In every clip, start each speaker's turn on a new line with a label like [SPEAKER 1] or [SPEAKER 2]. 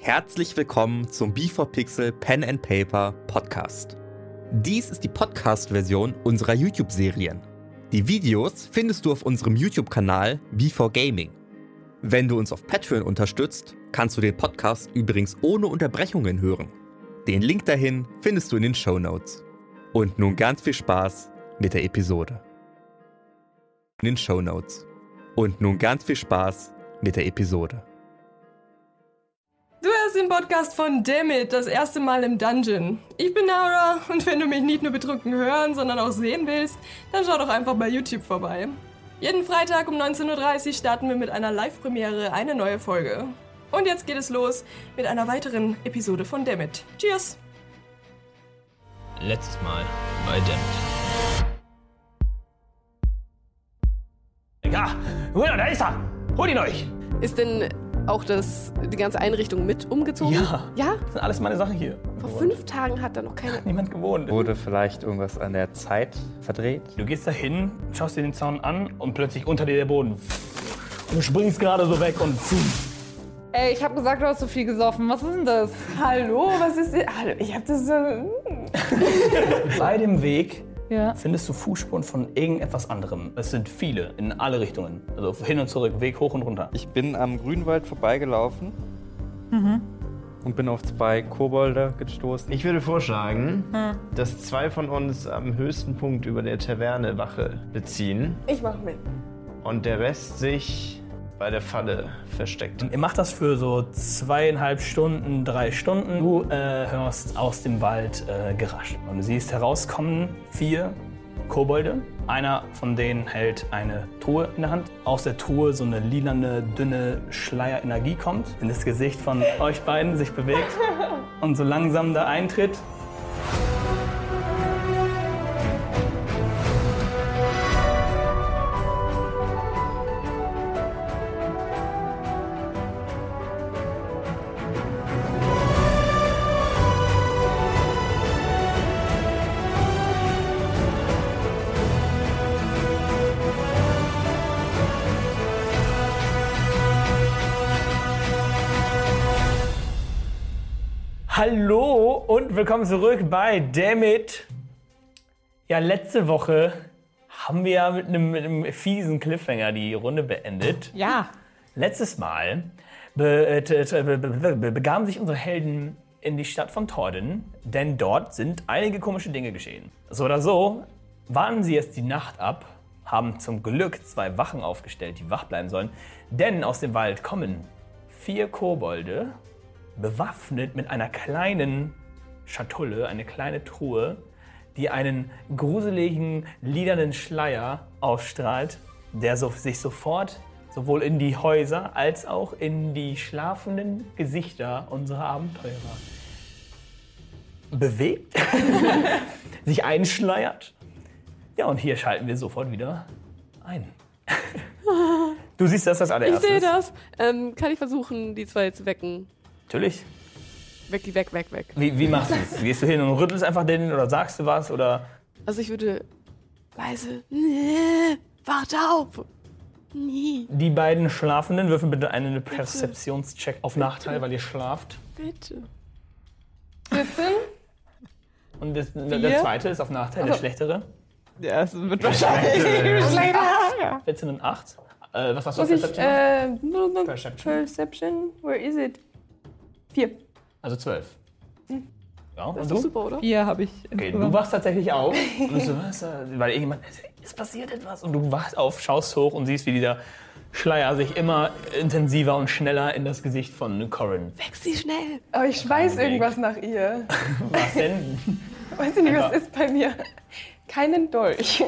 [SPEAKER 1] Herzlich willkommen zum B4Pixel Pen and Paper Podcast. Dies ist die Podcast-Version unserer YouTube-Serien. Die Videos findest du auf unserem YouTube-Kanal B4Gaming. Wenn du uns auf Patreon unterstützt, kannst du den Podcast übrigens ohne Unterbrechungen hören. Den Link dahin findest du in den Show Notes. Und nun ganz viel Spaß mit der Episode. In den Show Notes. Und nun ganz viel Spaß mit der Episode.
[SPEAKER 2] Du hörst den Podcast von Dammit, das erste Mal im Dungeon. Ich bin Nara und wenn du mich nicht nur betrunken hören, sondern auch sehen willst, dann schau doch einfach bei YouTube vorbei. Jeden Freitag um 19.30 Uhr starten wir mit einer Live-Premiere eine neue Folge. Und jetzt geht es los mit einer weiteren Episode von Dammit. Cheers!
[SPEAKER 3] Letztes Mal bei Dammit.
[SPEAKER 4] Ja, Bruder, da ist er! Holt ihn euch!
[SPEAKER 5] Ist denn auch das, die ganze Einrichtung mit umgezogen?
[SPEAKER 4] Ja.
[SPEAKER 5] Ja?
[SPEAKER 4] Das sind alles meine Sachen hier.
[SPEAKER 5] Vor fünf Tagen hat da noch keiner.
[SPEAKER 4] Niemand gewohnt.
[SPEAKER 6] Wurde vielleicht irgendwas an der Zeit verdreht?
[SPEAKER 4] Du gehst da hin, schaust dir den Zaun an und plötzlich unter dir der Boden. Und du springst gerade so weg und.
[SPEAKER 7] Ey, ich habe gesagt, du hast so viel gesoffen. Was ist denn das?
[SPEAKER 8] Hallo, was ist denn? Hallo, ich hab das. Äh,
[SPEAKER 4] Bei dem Weg
[SPEAKER 7] Ja.
[SPEAKER 4] findest du Fußspuren von irgendetwas anderem. Es sind viele in alle Richtungen. Also hin und zurück, Weg hoch und runter.
[SPEAKER 6] Ich bin am Grünwald vorbeigelaufen und bin auf zwei Kobolde gestoßen.
[SPEAKER 9] Ich würde vorschlagen,
[SPEAKER 8] Hm.
[SPEAKER 9] dass zwei von uns am höchsten Punkt über der Taverne Wache beziehen
[SPEAKER 8] ich mach mit.
[SPEAKER 9] und der Rest sich bei der Falle versteckt.
[SPEAKER 4] Ihr macht das für so zweieinhalb Stunden, drei Stunden. Du äh, hörst aus dem Wald äh, Gerasch. Und du siehst herauskommen vier Kobolde. Einer von denen hält eine Truhe in der Hand. Aus der Truhe so eine lilane, dünne Schleierenergie kommt, in das Gesicht von euch beiden sich bewegt und so langsam da eintritt. Hallo und willkommen zurück bei Dammit. Ja, letzte Woche haben wir ja mit einem, mit einem fiesen Cliffhanger die Runde beendet.
[SPEAKER 7] Ja.
[SPEAKER 4] Letztes Mal be äh, t- t- be be be begaben sich unsere Helden in die Stadt von Torden, denn dort sind einige komische Dinge geschehen. So oder so warten sie jetzt die Nacht ab, haben zum Glück zwei Wachen aufgestellt, die wach bleiben sollen, denn aus dem Wald kommen vier Kobolde, bewaffnet mit einer kleinen Schatulle, eine kleine Truhe, die einen gruseligen, liedernen Schleier ausstrahlt, der so, sich sofort sowohl in die Häuser als auch in die schlafenden Gesichter unserer Abenteurer bewegt, sich einschleiert. Ja, und hier schalten wir sofort wieder ein. Du siehst das als
[SPEAKER 5] Ich
[SPEAKER 4] allererstes.
[SPEAKER 5] sehe das. Ähm, kann ich versuchen, die zwei zu wecken?
[SPEAKER 4] Natürlich.
[SPEAKER 5] Weg, die weg, weg, weg.
[SPEAKER 4] Wie, wie machst du es? Gehst du hin und rüttelst einfach den oder sagst du was oder
[SPEAKER 5] Also ich würde leise. Nee, warte auf! Nie,
[SPEAKER 4] Die beiden Schlafenden würfen bitte einen Perzeptionscheck auf Nachteil, weil ihr schlaft.
[SPEAKER 5] bitte.
[SPEAKER 2] 17?
[SPEAKER 4] Und das, der zweite ist auf Nachteil, der schlechtere.
[SPEAKER 7] Ja, es wird wahrscheinlich.
[SPEAKER 4] Ja. 14 und 8. Äh, was hast du
[SPEAKER 8] Muss
[SPEAKER 4] auf
[SPEAKER 8] ich.
[SPEAKER 4] Perception?
[SPEAKER 8] Äh, blub,
[SPEAKER 4] Also?
[SPEAKER 8] blub,
[SPEAKER 4] Perception.
[SPEAKER 8] Perception, where is it? Vier.
[SPEAKER 4] Also 12. Ja, und
[SPEAKER 5] Das ist
[SPEAKER 4] du?
[SPEAKER 5] super, oder?
[SPEAKER 7] Hier habe ich.
[SPEAKER 4] Okay, du wachst tatsächlich auf. Und so, was, äh, weil irgendjemand, es passiert etwas. Und du wachst auf, schaust hoch und siehst, wie dieser Schleier sich immer intensiver und schneller in das Gesicht von Corin.
[SPEAKER 5] Weg sie schnell!
[SPEAKER 8] Aber ich schmeiß irgendwas nach ihr.
[SPEAKER 4] Was denn?
[SPEAKER 8] Weiß ich nicht, was ist bei mir? Keinen Dolch.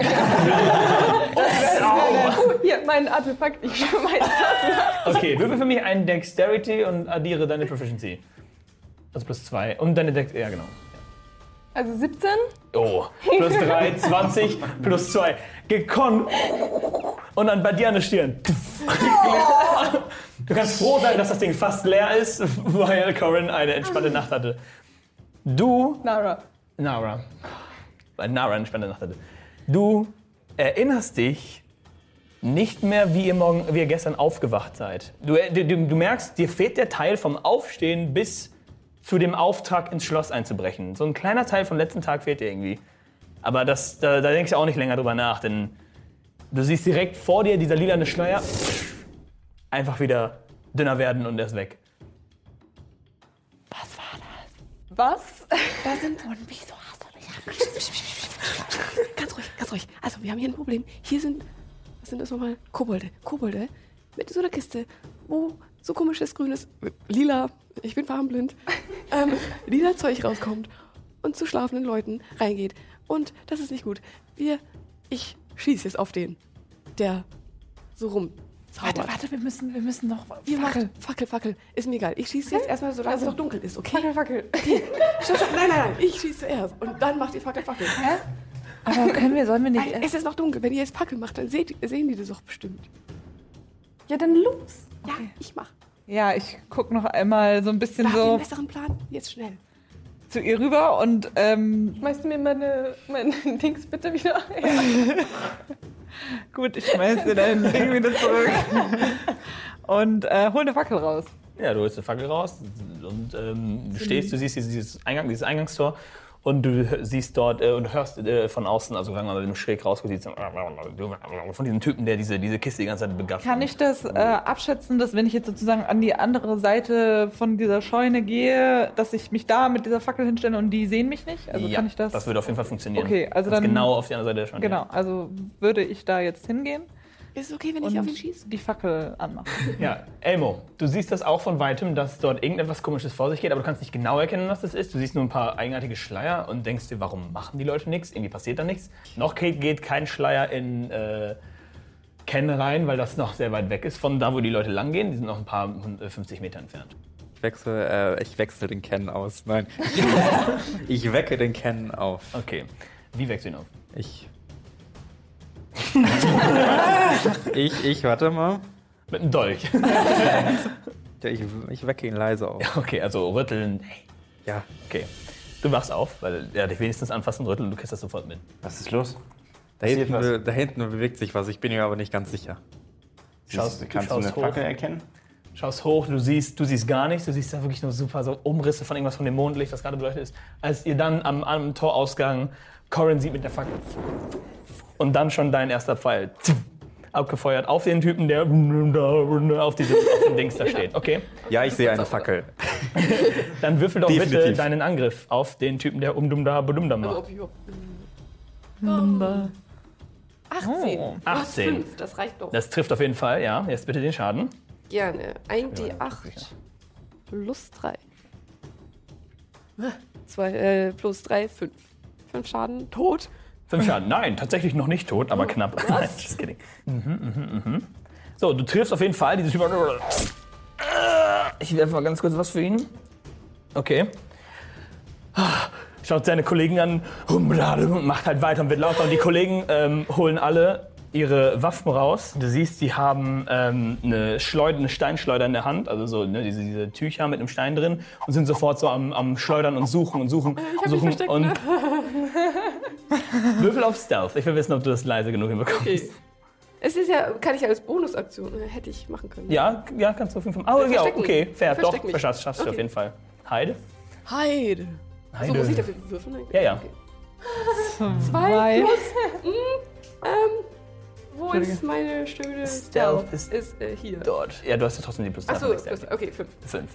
[SPEAKER 8] oh, hier, mein Artefakt. Ich schmeiß das.
[SPEAKER 4] Okay, würfel für mich einen Dexterity und addiere deine Proficiency. Also plus zwei. Und deine Dex. Ja, genau.
[SPEAKER 8] Also 17?
[SPEAKER 4] Oh, plus drei, 20, plus zwei. Gekonnt. Und dann bei dir an der Stirn. Du kannst froh sein, dass das Ding fast leer ist, weil Corin eine entspannte Nacht hatte. Du,
[SPEAKER 8] Nara.
[SPEAKER 4] Nara. Weil Nara eine entspannte Nacht hatte. Du erinnerst dich nicht mehr, wie ihr, morgen, wie ihr gestern aufgewacht seid. Du, äh, du, du merkst, dir fehlt der Teil vom Aufstehen bis zu dem Auftrag, ins Schloss einzubrechen. So ein kleiner Teil vom letzten Tag fehlt dir irgendwie. Aber das, da, da denkst du auch nicht länger drüber nach, denn du siehst direkt vor dir dieser lilane Schleier einfach wieder dünner werden und er ist weg.
[SPEAKER 8] Was?
[SPEAKER 5] Das sind und wieso hast du mich abgeschnitten? ganz ruhig, ganz ruhig. Also, wir haben hier ein Problem. Hier sind, was sind das nochmal? Kobolde. Kobolde mit so einer Kiste, wo so komisches grünes, lila, ich bin farbenblind, ähm, lila Zeug rauskommt und zu schlafenden Leuten reingeht. Und das ist nicht gut. Wir, ich schieße jetzt auf den, der so rum.
[SPEAKER 7] Warte,
[SPEAKER 5] Zaubert.
[SPEAKER 7] warte, wir müssen, wir müssen noch.
[SPEAKER 5] Ihr macht
[SPEAKER 7] Fackel.
[SPEAKER 5] Fackel, Fackel. Ist mir egal. Ich schieße jetzt erstmal, solange es noch dunkel ist, okay?
[SPEAKER 8] Fackel, Fackel.
[SPEAKER 5] Stopp, stopp, nein, nein, nein. Ich schieße zuerst. Und dann macht ihr Fackel, Fackel.
[SPEAKER 7] Aber können wir, sollen wir nicht.
[SPEAKER 5] Nein, es ist noch dunkel. Wenn ihr jetzt Fackel macht, dann seht, sehen die das doch bestimmt.
[SPEAKER 8] Ja, dann los.
[SPEAKER 5] Ja, ich mach.
[SPEAKER 7] Ja, ich guck noch einmal so ein bisschen
[SPEAKER 5] Da habt ihr einen
[SPEAKER 7] so
[SPEAKER 5] besseren Plan. Jetzt schnell.
[SPEAKER 7] zu ihr rüber und ähm,
[SPEAKER 8] Schmeißt du mir meine, meine Dings bitte wieder her?
[SPEAKER 7] gut, ich schmeiß dir dein Ding wieder zurück. Und äh, hol eine Fackel raus.
[SPEAKER 4] Ja, du holst eine Fackel raus und ähm, du stehst, du siehst dieses, dieses, Eingang, dieses Eingangstor und du hö- siehst dort äh, und hörst äh, von außen, also sagen wir mal, wenn du schräg rausguckst, siehst du von diesem Typen, der diese, diese Kiste die ganze Zeit begafft.
[SPEAKER 7] Kann ich das äh, abschätzen, dass wenn ich jetzt sozusagen an die andere Seite von dieser Scheune gehe, dass ich mich da mit dieser Fackel hinstelle und die sehen mich nicht? Also
[SPEAKER 4] ja,
[SPEAKER 7] kann ich das?
[SPEAKER 4] Das würde auf jeden Fall funktionieren.
[SPEAKER 7] Okay, also
[SPEAKER 4] Ganz
[SPEAKER 7] dann-
[SPEAKER 4] genau auf die andere Seite der Schranke.
[SPEAKER 7] genau, also würde ich da jetzt hingehen
[SPEAKER 5] Ist es okay, wenn ich auf ihn schieße?
[SPEAKER 7] und die Fackel anmachen.
[SPEAKER 4] Ja, Elmo, du siehst das auch von weitem, dass dort irgendetwas Komisches vor sich geht, aber du kannst nicht genau erkennen, was das ist. Du siehst nur ein paar eigenartige Schleier und denkst dir, warum machen die Leute nichts? Irgendwie passiert da nichts. Noch ke- geht kein Schleier in äh, Ken rein, weil das noch sehr weit weg ist von da, wo die Leute langgehen. Die sind noch ein paar hund- äh, 50 Meter entfernt.
[SPEAKER 6] Ich wechsle, äh, ich wechsle den Ken aus. Nein. ich wecke den Ken auf.
[SPEAKER 4] Okay, wie wächst du ihn auf?
[SPEAKER 6] Ich. ich, ich, warte mal.
[SPEAKER 4] Mit einem Dolch.
[SPEAKER 6] Ja, ich, ich wecke ihn leise auf.
[SPEAKER 4] Okay, also rütteln.
[SPEAKER 6] Ja.
[SPEAKER 4] Okay, du wachst auf, weil er dich wenigstens anfassen und rütteln, du kriegst das sofort mit.
[SPEAKER 9] Was ist los?
[SPEAKER 6] Da hinten,
[SPEAKER 9] was.
[SPEAKER 6] be- da hinten bewegt sich was. Ich bin mir aber nicht ganz sicher.
[SPEAKER 4] Schaust- du
[SPEAKER 9] Kannst du eine
[SPEAKER 4] schaust hoch.
[SPEAKER 9] Fackel erkennen?
[SPEAKER 4] schaust hoch, du siehst, du siehst gar nichts, du siehst da wirklich nur super so Umrisse von irgendwas von dem Mondlicht, das gerade beleuchtet ist. Als ihr dann am, am Torausgang Corin sieht mit der Fackel und dann schon dein erster Pfeil abgefeuert auf den Typen, der auf, diesem, auf dem Dings da steht. Okay,
[SPEAKER 6] Ja, ich sehe eine Fackel.
[SPEAKER 4] dann würfel doch bitte
[SPEAKER 6] Definitiv. Oh,
[SPEAKER 4] deinen Angriff auf den Typen, der umdum da bedum da
[SPEAKER 2] Also,
[SPEAKER 4] macht.
[SPEAKER 5] Ob ich überhaupt-
[SPEAKER 2] 18.
[SPEAKER 7] Oh.
[SPEAKER 4] 18.
[SPEAKER 2] Fünf, das reicht doch.
[SPEAKER 4] Das trifft auf jeden Fall, ja. Jetzt bitte den Schaden.
[SPEAKER 5] Gerne. 1d8 plus 3. 2 äh, plus 3, 5. 5 Schaden, tot.
[SPEAKER 4] Fünf Schaden. Nein, tatsächlich noch nicht tot, aber knapp. Nein, just kidding. Mhm, mhm, mhm. So, du triffst auf jeden Fall dieses Typen. Ich werfe mal ganz kurz was für ihn. Okay. Schaut seine Kollegen an und macht halt weiter und wird lauter. Und die Kollegen ähm, holen alle ihre Waffen raus. Du siehst, die haben ähm, eine, Schleuder, eine Steinschleuder in der Hand, also so ne, diese, diese Tücher mit einem Stein drin und sind sofort so am, am Schleudern und suchen und suchen. Ich suchen und Würfel auf Stealth. Ich will wissen, ob du das leise genug hinbekommst.
[SPEAKER 5] Es ist ja, kann ich ja als Bonusaktion, äh, hätte ich machen können.
[SPEAKER 4] Ja, ja, kannst du auf jeden Fall. Ah, ja,
[SPEAKER 5] versteck
[SPEAKER 4] okay,
[SPEAKER 5] mich.
[SPEAKER 4] fair.
[SPEAKER 5] Versteck
[SPEAKER 4] Doch,
[SPEAKER 5] mich.
[SPEAKER 4] verschaffst, schaffst du auf
[SPEAKER 5] Okay.
[SPEAKER 4] jeden Fall. Heide?
[SPEAKER 5] Heide. So muss ich dafür würfeln? eigentlich?
[SPEAKER 4] Ja, ja.
[SPEAKER 5] Okay.
[SPEAKER 7] Weil-
[SPEAKER 5] Hm? Ähm, Wo ist meine schöne
[SPEAKER 4] Stealth
[SPEAKER 5] Stealth?
[SPEAKER 4] ist-
[SPEAKER 5] ist äh, hier.
[SPEAKER 4] Dort. Ja, du hast ja trotzdem die plus drei
[SPEAKER 5] Achso,
[SPEAKER 4] von Dexterity.
[SPEAKER 5] okay, 5.
[SPEAKER 4] Fünf.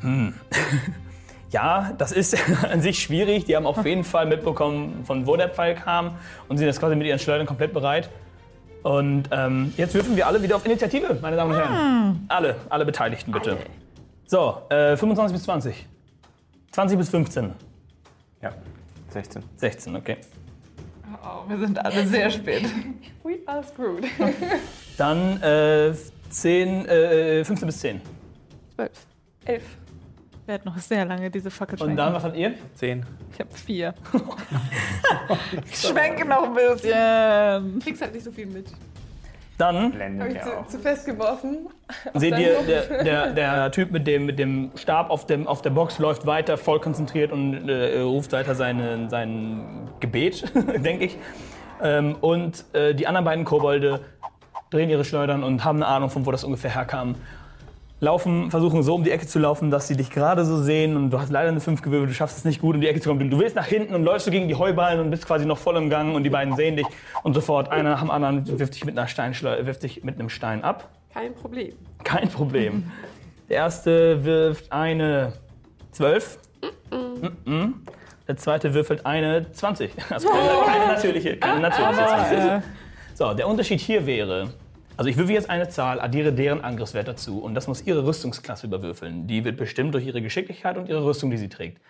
[SPEAKER 4] Hm. Ja, das ist an sich schwierig. Die haben auf jeden Fall mitbekommen, von wo der Pfeil kam und sind jetzt quasi mit ihren Schleudern komplett bereit. Und ähm, jetzt würfen wir alle wieder auf Initiative, meine Damen und Herren. Alle, alle Beteiligten bitte. So, äh, 25 bis 20. 20 bis 15.
[SPEAKER 9] Ja. 16.
[SPEAKER 4] 16, okay.
[SPEAKER 7] Oh, wir sind alle sehr spät.
[SPEAKER 8] We are screwed.
[SPEAKER 4] Dann äh, 10, äh, 15 bis 10.
[SPEAKER 5] 12.
[SPEAKER 8] Elf.
[SPEAKER 7] Ich werde noch sehr lange diese Fackel schwenken.
[SPEAKER 4] Und dann, was habt ihr?
[SPEAKER 6] Zehn.
[SPEAKER 7] ich habe vier. ich schwenke noch ein bisschen.
[SPEAKER 5] Kriegst halt nicht so viel mit.
[SPEAKER 4] Dann
[SPEAKER 8] Hab
[SPEAKER 9] Blenden
[SPEAKER 8] ich
[SPEAKER 9] wir
[SPEAKER 8] zu,
[SPEAKER 9] auch.
[SPEAKER 8] zu fest geworfen.
[SPEAKER 4] seht
[SPEAKER 8] deinen
[SPEAKER 4] ihr,
[SPEAKER 8] Kopf.
[SPEAKER 4] der, der, der Typ mit dem, mit dem Stab auf, dem, auf der Box läuft weiter, voll konzentriert und äh, ruft weiter seine, sein Gebet, denke ich. Ähm, und äh, die anderen beiden Kobolde drehen ihre Schleudern und haben eine Ahnung, von wo das ungefähr herkam. Laufen, versuchen so um die Ecke zu laufen, dass sie dich gerade so sehen und du hast leider eine 5 gewürfelt, du schaffst es nicht gut, um die Ecke zu kommen. Du, du willst nach hinten und läufst du gegen die Heuballen und bist quasi noch voll im Gang und die beiden sehen dich und sofort einer nach dem anderen wirft dich mit, einer Steinschleu- wirft dich mit einem Stein ab.
[SPEAKER 2] Kein Problem.
[SPEAKER 4] Kein Problem. Der erste wirft eine 12. Mhm. Der zweite würfelt eine 20. Also keine, keine natürliche, keine natürliche 20. So, der Unterschied hier wäre, also ich würfe jetzt eine Zahl, addiere deren Angriffswert dazu und das muss ihre Rüstungsklasse überwürfeln. Die wird bestimmt durch ihre Geschicklichkeit und ihre Rüstung, die sie trägt.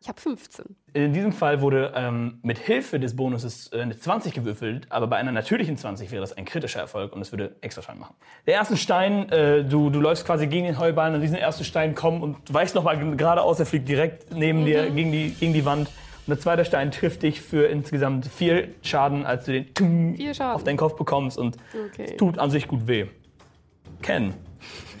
[SPEAKER 5] Ich habe 15.
[SPEAKER 4] In diesem Fall wurde ähm, mit Hilfe des Bonuses äh, eine 20 gewürfelt, aber bei einer natürlichen 20 wäre das ein kritischer Erfolg und es würde extra Schaden machen. Der erste Stein, äh, du, du läufst quasi gegen den Heuballen und diesen ersten Stein kommt und du weißt nochmal geradeaus, er fliegt direkt neben dir
[SPEAKER 5] Mhm.
[SPEAKER 4] gegen die, gegen die Wand. Und der zweite Stein trifft dich für insgesamt vier Schaden, als du den Tum
[SPEAKER 5] Vier Schaden.
[SPEAKER 4] auf deinen Kopf bekommst und
[SPEAKER 5] Okay.
[SPEAKER 4] es tut an sich gut weh. Ken.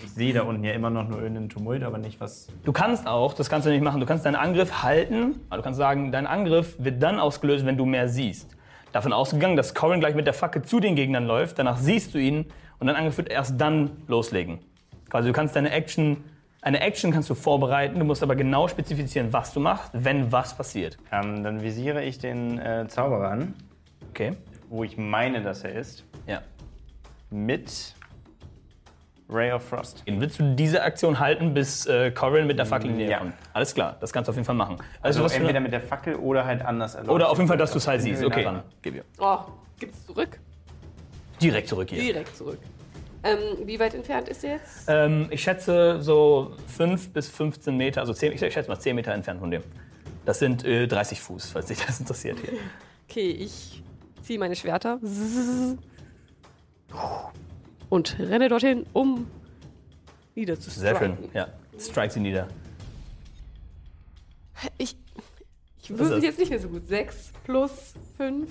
[SPEAKER 9] Ich sehe da unten ja immer noch nur irgendeinen Tumult, aber nicht was.
[SPEAKER 4] Du kannst auch, das kannst du nicht machen, du kannst deinen Angriff halten, aber du kannst sagen, dein Angriff wird dann ausgelöst, wenn du mehr siehst. Davon ausgegangen, dass Corin gleich mit der Fackel zu den Gegnern läuft, danach siehst du ihn und dein Angriff wird erst dann loslegen. Also du kannst deine Action, eine Action kannst du vorbereiten, du musst aber genau spezifizieren, was du machst, wenn was passiert.
[SPEAKER 9] Ähm, dann visiere ich den äh, Zauberer an,
[SPEAKER 4] Okay?
[SPEAKER 9] wo ich meine, dass er ist,
[SPEAKER 4] Ja.
[SPEAKER 9] mit Ray of Frost.
[SPEAKER 4] Dann willst du diese Aktion halten, bis äh, Corin mit der Fackel in die Nähe
[SPEAKER 9] Ja.
[SPEAKER 4] kommt? Alles klar, das kannst du auf jeden Fall machen. Also,
[SPEAKER 9] Also
[SPEAKER 4] was für
[SPEAKER 9] entweder
[SPEAKER 4] eine,
[SPEAKER 9] mit der Fackel oder halt anders erlaubt.
[SPEAKER 4] oder auf jeden Fall, dass du es halt siehst.
[SPEAKER 9] Nah
[SPEAKER 4] Okay,
[SPEAKER 9] dran.
[SPEAKER 4] gib ihr.
[SPEAKER 5] Oh, gibt's zurück?
[SPEAKER 4] Direkt zurück hier.
[SPEAKER 5] Direkt zurück. Ähm, wie weit entfernt ist er jetzt?
[SPEAKER 4] Ähm, ich schätze so 5 bis 15 Meter, also 10, ich schätze mal 10 Meter entfernt von dem. Das sind äh, 30 Fuß, falls dich das interessiert hier.
[SPEAKER 5] Okay, ich ziehe meine Schwerter. Zzzz. Und renne dorthin, um
[SPEAKER 4] Sehr schön,
[SPEAKER 5] niederzustriken.
[SPEAKER 4] ja. Strike sie nieder.
[SPEAKER 5] Ich, ich
[SPEAKER 4] Das
[SPEAKER 5] würfel
[SPEAKER 4] ist-
[SPEAKER 5] jetzt nicht mehr so gut. 6 plus 5.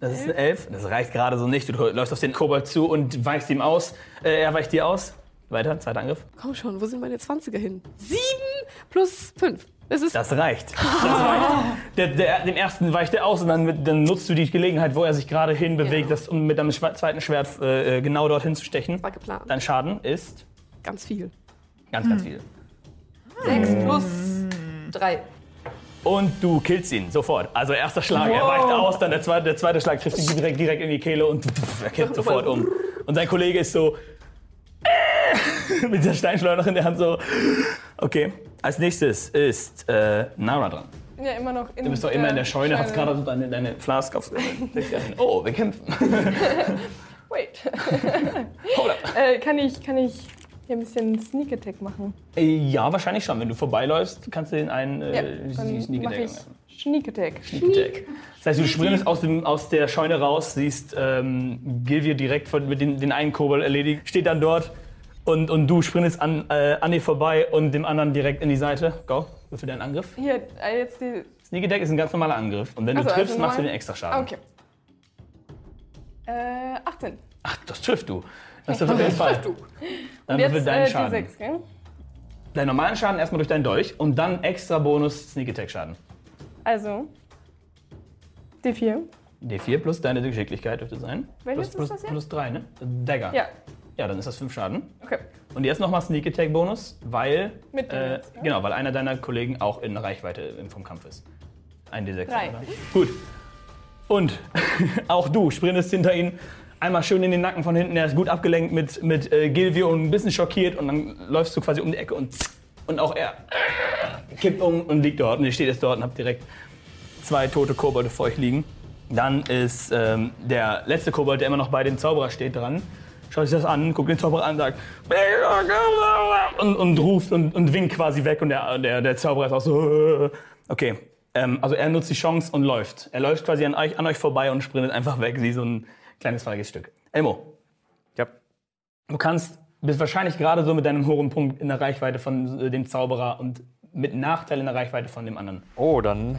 [SPEAKER 4] Das ist ein Elf. Das reicht gerade so nicht. Du läufst auf den Kobold zu und weichst ihm aus. Äh, er weicht dir aus. Weiter, zweiter Angriff.
[SPEAKER 5] Komm schon, wo sind meine 20er hin? 7 plus 5. Das ist.
[SPEAKER 4] Das reicht. Das reicht. Der, der, dem ersten weicht er aus und dann, mit, dann nutzt du die Gelegenheit, wo er sich gerade hin bewegt, das, um mit deinem Schwa- zweiten Schwert äh, äh, genau dorthin zu stechen.
[SPEAKER 5] war geplant.
[SPEAKER 4] Dein Schaden ist
[SPEAKER 5] Ganz viel.
[SPEAKER 4] ganz, ganz viel.
[SPEAKER 2] 6 plus 3.
[SPEAKER 4] Und du killst ihn sofort. Also erster Schlag, er weicht aus, dann der zweite, der zweite Schlag trifft ihn direkt, direkt in die Kehle und er kippt sofort um. Und sein Kollege ist so äh, mit der Steinschleuder noch in der Hand so. Okay, als nächstes ist äh, Nara dran.
[SPEAKER 8] Ja, immer noch in
[SPEAKER 4] Du bist doch immer in der Scheune, hast gerade so deine, deine Flask auf. Oh, wir kämpfen.
[SPEAKER 8] Wait.
[SPEAKER 4] Hold up.
[SPEAKER 8] Äh, kann ich, kann ich hier ein bisschen Sneak Attack machen?
[SPEAKER 4] Äh, Ja, wahrscheinlich schon. Wenn du vorbeiläufst, kannst du den einen äh,
[SPEAKER 8] dann
[SPEAKER 4] Sneak
[SPEAKER 8] mache
[SPEAKER 4] Attack
[SPEAKER 8] ich Sneak Attack.
[SPEAKER 4] Deck. Das heißt, du springst aus, dem, aus der Scheune raus, siehst ähm, Gilvir direkt von, mit den, den einen Kobold erledigt, steht dann dort und, und du sprintest an, äh, an ihr vorbei und dem anderen direkt in die Seite. Go, würfel deinen Angriff.
[SPEAKER 8] Hier, äh, jetzt die.
[SPEAKER 4] Sneak Attack ist ein ganz normaler Angriff und wenn du
[SPEAKER 8] Also,
[SPEAKER 4] triffst,
[SPEAKER 8] also
[SPEAKER 4] machst du
[SPEAKER 8] neun.
[SPEAKER 4] den extra
[SPEAKER 8] Ah,
[SPEAKER 4] Schaden.
[SPEAKER 8] okay. Äh, 18.
[SPEAKER 4] Ach, das trifft du. Das trifft auf jeden Fall. Dann würfel deinen
[SPEAKER 8] äh, die
[SPEAKER 4] Schaden.
[SPEAKER 8] 6, gell?
[SPEAKER 4] Deinen normalen Schaden erstmal durch deinen Dolch und dann extra Bonus Sneak Attack Schaden.
[SPEAKER 8] Also. D4.
[SPEAKER 4] D4 plus deine Geschicklichkeit dürfte sein.
[SPEAKER 8] Welches
[SPEAKER 4] plus,
[SPEAKER 8] ist das jetzt?
[SPEAKER 4] Plus 3, ne? Dagger.
[SPEAKER 8] Ja,
[SPEAKER 4] ja, dann ist das 5 Schaden.
[SPEAKER 8] okay.
[SPEAKER 4] Und jetzt nochmal Sneak Attack Bonus, weil.
[SPEAKER 8] Mit dem
[SPEAKER 4] äh,
[SPEAKER 8] jetzt, ne?
[SPEAKER 4] Genau, weil einer deiner Kollegen auch in Reichweite vom Kampf ist. Ein D6.
[SPEAKER 8] Drei.
[SPEAKER 4] oder? Gut. Und auch du sprintest hinter ihn. Einmal schön in den Nacken von hinten. Er ist gut abgelenkt mit, mit äh, Gilvio und ein bisschen schockiert. Und dann läufst du quasi um die Ecke und zick. Und auch er kippt um und liegt dort. Und ihr steht jetzt dort und habt direkt zwei tote Kobolde vor euch liegen. Dann ist ähm, der letzte Kobold, der immer noch bei dem Zauberer steht, dran. Schaut sich das an, guckt den Zauberer an, sagt und, und ruft und, und winkt quasi weg und der, der, der Zauberer ist auch so. "Äh." Okay, ähm, also er nutzt die Chance und läuft. Er läuft quasi an euch, an euch vorbei und sprintet einfach weg, wie so ein kleines feiges Stück. Elmo,
[SPEAKER 6] Ja.
[SPEAKER 4] du kannst, bist wahrscheinlich gerade so mit deinem hohen Punkt in der Reichweite von äh, dem Zauberer und mit Nachteil in der Reichweite von dem anderen.
[SPEAKER 6] Oh, dann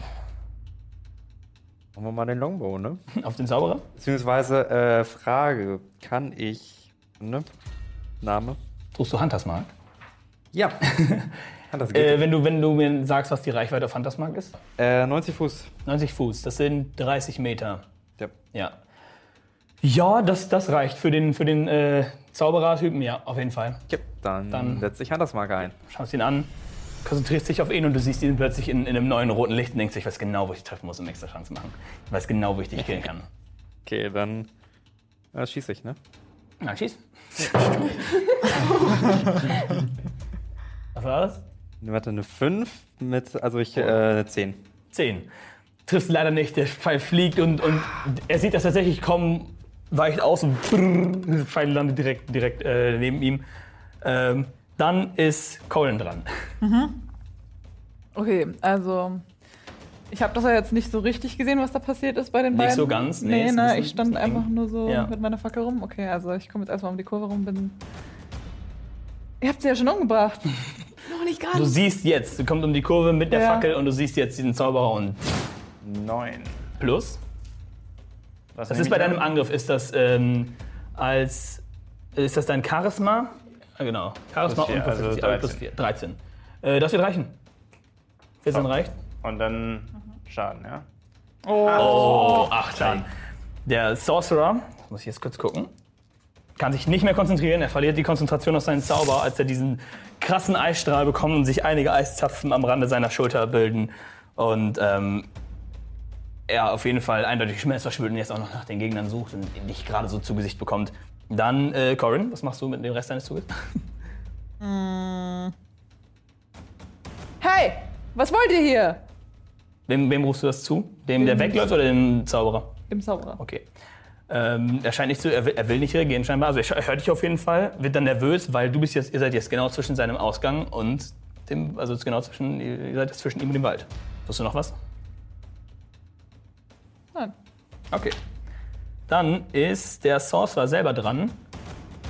[SPEAKER 6] machen wir mal den Longbow, ne?
[SPEAKER 4] Auf den Zauberer?
[SPEAKER 6] Beziehungsweise, äh, Frage, kann ich, ne? Name?
[SPEAKER 4] Tust du Huntersmark?
[SPEAKER 6] Ja. Kann das geht.
[SPEAKER 4] Äh, wenn, du, wenn du mir sagst, was die Reichweite auf Huntersmark ist?
[SPEAKER 6] Äh, 90 Fuß.
[SPEAKER 4] 90 Fuß, das sind 30 Meter.
[SPEAKER 6] Ja.
[SPEAKER 4] Ja. Ja, das, das reicht für den, für den äh, Zauberer-Typen, ja, auf jeden Fall.
[SPEAKER 6] Ja, dann,
[SPEAKER 4] Dann-
[SPEAKER 6] setz dich an das Marker ein.
[SPEAKER 4] Schaust ihn an, konzentrierst dich auf ihn und du siehst ihn plötzlich in, in einem neuen roten Licht und denkst, ich weiß genau, wo ich treffen muss, um extra Chance zu machen. Ich weiß genau, wo ich dich killen kann.
[SPEAKER 6] Okay, dann äh, schieß ich, ne?
[SPEAKER 4] Na, schieß. Was war das?
[SPEAKER 6] Warte, eine 5 mit, also ich, äh, eine 10.
[SPEAKER 4] 10. Triffst leider nicht, der Pfeil fliegt und, und er sieht das tatsächlich kommen, weicht aus und brrr, der Pfeil landet direkt, direkt äh, neben ihm. Ähm, dann ist Colin dran.
[SPEAKER 7] Okay, also ich habe das ja jetzt nicht so richtig gesehen, was da passiert ist bei den
[SPEAKER 4] Nicht
[SPEAKER 7] beiden.
[SPEAKER 4] so ganz, nee, ist
[SPEAKER 7] nee.
[SPEAKER 4] ein
[SPEAKER 7] ne,
[SPEAKER 4] bisschen-
[SPEAKER 7] ich stand
[SPEAKER 4] bisschen eng.
[SPEAKER 7] einfach nur so
[SPEAKER 4] Ja.
[SPEAKER 7] mit meiner Fackel rum. Okay, also ich komme jetzt erstmal um die Kurve rum, bin. Ihr habt sie ja schon umgebracht.
[SPEAKER 5] Noch nicht
[SPEAKER 4] Du
[SPEAKER 5] ganz.
[SPEAKER 4] siehst jetzt, du kommst um die Kurve mit der
[SPEAKER 7] Ja.
[SPEAKER 4] Fackel und du siehst jetzt diesen Zauberer und
[SPEAKER 9] Neun.
[SPEAKER 4] plus.
[SPEAKER 9] Was
[SPEAKER 4] Das
[SPEAKER 9] nehme
[SPEAKER 4] ist bei
[SPEAKER 9] ich an?
[SPEAKER 4] deinem Angriff, ist das ähm, als, ist das dein Charisma? Ja, genau, Charisma
[SPEAKER 9] Plus vier,
[SPEAKER 4] und
[SPEAKER 9] also
[SPEAKER 4] Proficiency, aber
[SPEAKER 9] 13.
[SPEAKER 4] 4, 13. Äh, das wird reichen. 14 reicht.
[SPEAKER 9] Und dann Schaden, ja?
[SPEAKER 4] Oh, ach dann. Der Sorcerer, das muss ich jetzt kurz gucken, kann sich nicht mehr konzentrieren. Er verliert die Konzentration auf seinen Zauber, als er diesen krassen Eisstrahl bekommt und sich einige Eiszapfen am Rande seiner Schulter bilden. Und ähm, er auf jeden Fall eindeutig Schmerz verspürt und jetzt auch noch nach den Gegnern sucht und ihn nicht gerade so zu Gesicht bekommt. Dann, äh, Corin, was machst du mit dem Rest deines Zuges?
[SPEAKER 7] Hey, was wollt ihr hier?
[SPEAKER 4] Wem, wem rufst du das zu? Dem, der wegläuft oder dem Zauberer?
[SPEAKER 7] Dem Zauberer.
[SPEAKER 4] Okay. Ähm, er scheint nicht zu, er will, er will nicht reagieren scheinbar. Also er hört dich auf jeden Fall, wird dann nervös, weil du bist jetzt, ihr seid jetzt genau zwischen seinem Ausgang und dem, also genau zwischen, ihr seid jetzt zwischen ihm und dem Wald. Tust du noch was?
[SPEAKER 7] Nein.
[SPEAKER 4] Okay. Dann ist der Sorcerer selber dran,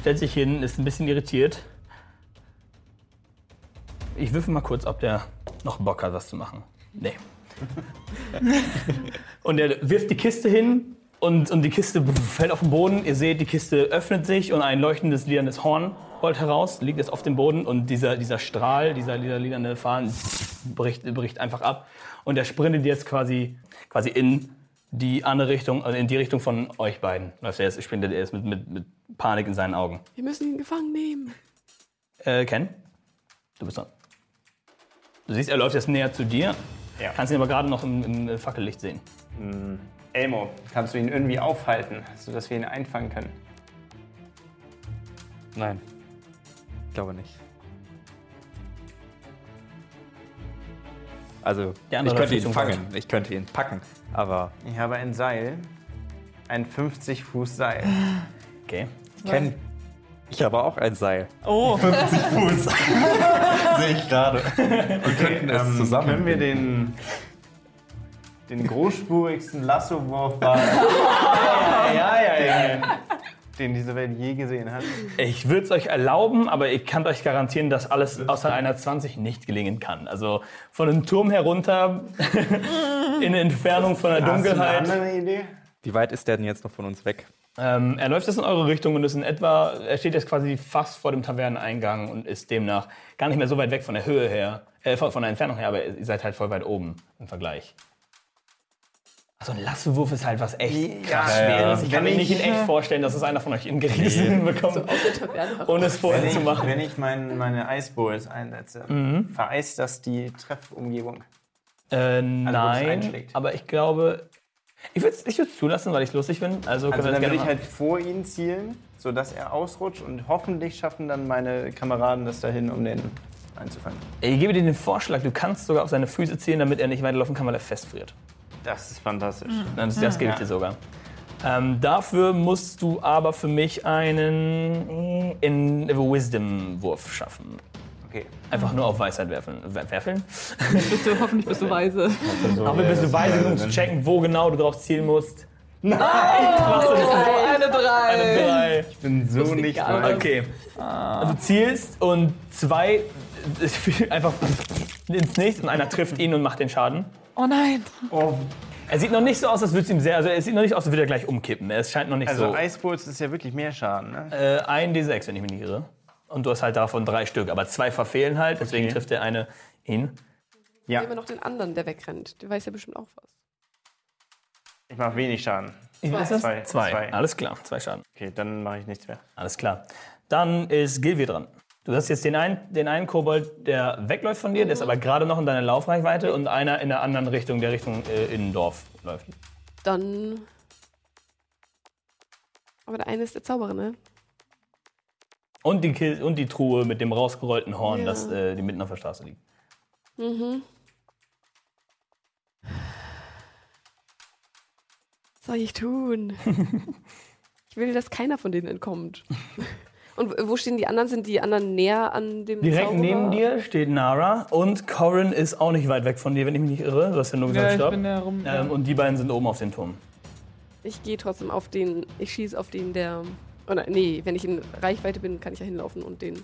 [SPEAKER 4] stellt sich hin, ist ein bisschen irritiert. Ich würfel mal kurz, ob der noch Bock hat, was zu machen. Nee. und er wirft die Kiste hin und, und die Kiste fällt auf den Boden. Ihr seht, die Kiste öffnet sich und ein leuchtendes, lilanes Horn rollt heraus, liegt jetzt auf dem Boden und dieser, dieser Strahl, dieser, dieser lilane Faden bricht, bricht einfach ab. Und er sprintet jetzt quasi, quasi in die andere Richtung, also in die Richtung von euch beiden. Läuft er jetzt, sprintet er jetzt mit, mit, mit Panik in seinen Augen.
[SPEAKER 5] Wir müssen ihn gefangen nehmen.
[SPEAKER 4] Äh, Ken, du bist dran. Du siehst, er läuft jetzt näher zu dir.
[SPEAKER 9] Ja.
[SPEAKER 4] Kannst ihn aber gerade noch im, im äh, Fackellicht sehen.
[SPEAKER 9] Elmo, kannst du ihn irgendwie aufhalten, sodass wir ihn einfangen können?
[SPEAKER 6] Nein. Ich glaube nicht. Also,
[SPEAKER 4] Der
[SPEAKER 6] ich
[SPEAKER 4] andere
[SPEAKER 6] könnte
[SPEAKER 4] läuft
[SPEAKER 6] ihn
[SPEAKER 4] zum
[SPEAKER 6] fangen, ich könnte ihn packen, aber
[SPEAKER 9] Ich habe ein Seil. Ein 50 Fuß Seil.
[SPEAKER 4] Okay.
[SPEAKER 6] Ken, ich habe auch ein Seil.
[SPEAKER 7] Oh,
[SPEAKER 6] Sehe ich gerade. Wir könnten es
[SPEAKER 9] Ähm,
[SPEAKER 6] zusammen.
[SPEAKER 9] Können wir den, den großspurigsten Lassowurf wagen? ja, ja, ja, ja. Den diese Welt je gesehen hat.
[SPEAKER 4] Ich würde es euch erlauben, aber ich kann euch garantieren, dass alles außer einer 20 nicht gelingen kann. Also von einem Turm herunter in eine Entfernung von der
[SPEAKER 9] Hast du
[SPEAKER 4] Dunkelheit.
[SPEAKER 9] eine andere Idee?
[SPEAKER 6] Wie weit ist der denn jetzt noch von uns weg?
[SPEAKER 4] Ähm, er läuft jetzt in eure Richtung und ist in etwa, er steht jetzt quasi fast vor dem Taverneneingang und ist demnach gar nicht mehr so weit weg von der Höhe her, äh, von von der Entfernung her, aber ihr seid halt voll weit oben im Vergleich. Also ein Lassewurf ist halt was echt krass Schweres. Ich kann
[SPEAKER 9] Wenn
[SPEAKER 4] mir nicht in
[SPEAKER 9] ich-
[SPEAKER 4] echt vorstellen, dass es einer von euch hingerissen bekommt, ohne es vorher
[SPEAKER 9] Wenn
[SPEAKER 4] zu
[SPEAKER 9] ich,
[SPEAKER 4] machen. Mhm.
[SPEAKER 9] wenn ich mein, meine Eisbowls einsetze, vereist das die Treffumgebung.
[SPEAKER 4] Äh, nein,
[SPEAKER 9] einschlägt.
[SPEAKER 4] aber ich glaube, ich würde es ich würd's zulassen, weil ich es lustig finde. Also, können
[SPEAKER 9] Also
[SPEAKER 4] wir das
[SPEAKER 9] dann würde
[SPEAKER 4] gerne
[SPEAKER 9] ich
[SPEAKER 4] machen.
[SPEAKER 9] halt vor ihn zielen, sodass er ausrutscht und hoffentlich schaffen dann meine Kameraden das dahin, um den einzufangen.
[SPEAKER 4] ich gebe dir den Vorschlag, du kannst sogar auf seine Füße ziehen, damit er nicht weiterlaufen kann, weil er festfriert.
[SPEAKER 9] Das ist fantastisch.
[SPEAKER 4] Nein, das,
[SPEAKER 9] Ah,
[SPEAKER 4] das gebe ich dir sogar. Ähm, dafür musst du aber für mich einen äh, in Wisdom-Wurf schaffen.
[SPEAKER 9] Okay.
[SPEAKER 4] Einfach nur auf Weisheit werfen. wer- Werfeln?
[SPEAKER 7] bist du, hoffentlich bist du weise.
[SPEAKER 4] Aber bist du weise genug zu checken, wo genau du drauf zielen musst?
[SPEAKER 8] Oh,
[SPEAKER 7] Eine drei.
[SPEAKER 4] Drei.
[SPEAKER 9] Ich bin so nicht weit.
[SPEAKER 4] Okay. Also zielst und zwei es fiel einfach ins Nichts und einer trifft ihn und macht den Schaden.
[SPEAKER 7] Oh nein.
[SPEAKER 4] Er sieht noch nicht so aus, als würde es ihm sehr, also er sieht noch nicht aus, als würde er gleich umkippen. Es scheint noch nicht
[SPEAKER 9] Also
[SPEAKER 4] so.
[SPEAKER 9] Eisbowls ist ja wirklich mehr Schaden, ne?
[SPEAKER 4] Äh, ein D6, wenn ich mich nicht irre. Und du hast halt davon drei Stück, aber zwei verfehlen halt, deswegen trifft der eine ihn.
[SPEAKER 9] Ja.
[SPEAKER 5] Nehmen wir noch den anderen, der wegrennt. Der weiß ja bestimmt auch was.
[SPEAKER 9] Ich mache wenig Schaden.
[SPEAKER 4] Was ist das?
[SPEAKER 9] Zwei.
[SPEAKER 4] Zwei.
[SPEAKER 9] Zwei.
[SPEAKER 4] Alles klar, zwei Schaden.
[SPEAKER 9] Okay, dann mache ich nichts mehr.
[SPEAKER 4] Alles klar. Dann ist Gilvi dran. Du hast jetzt den einen, den einen Kobold, der wegläuft von dir, der ist aber gerade noch in deiner Laufreichweite und einer in der anderen Richtung, der Richtung äh, Innendorf läuft.
[SPEAKER 5] Dann. Aber der eine ist der Zauberer, ne?
[SPEAKER 4] Und die, Kil- und die Truhe mit dem rausgerollten Horn,
[SPEAKER 5] Ja.
[SPEAKER 4] das, äh, die mitten auf der Straße liegt.
[SPEAKER 5] Mhm. Was soll ich tun? ich will, dass keiner von denen entkommt. Und wo stehen die anderen? Sind die anderen näher an dem
[SPEAKER 4] Direkt
[SPEAKER 5] Zauberer?
[SPEAKER 4] neben dir steht Nara und Corin ist auch nicht weit weg von dir, wenn ich mich nicht irre. Du hast ja nur gesagt,
[SPEAKER 7] Ja, ich
[SPEAKER 4] stopp.
[SPEAKER 7] bin ja rum.
[SPEAKER 4] ähm, und die beiden sind oben auf dem Turm.
[SPEAKER 5] Ich gehe trotzdem auf den. Ich schieße auf den, der. Oder nee, wenn ich in Reichweite bin, kann ich ja hinlaufen und den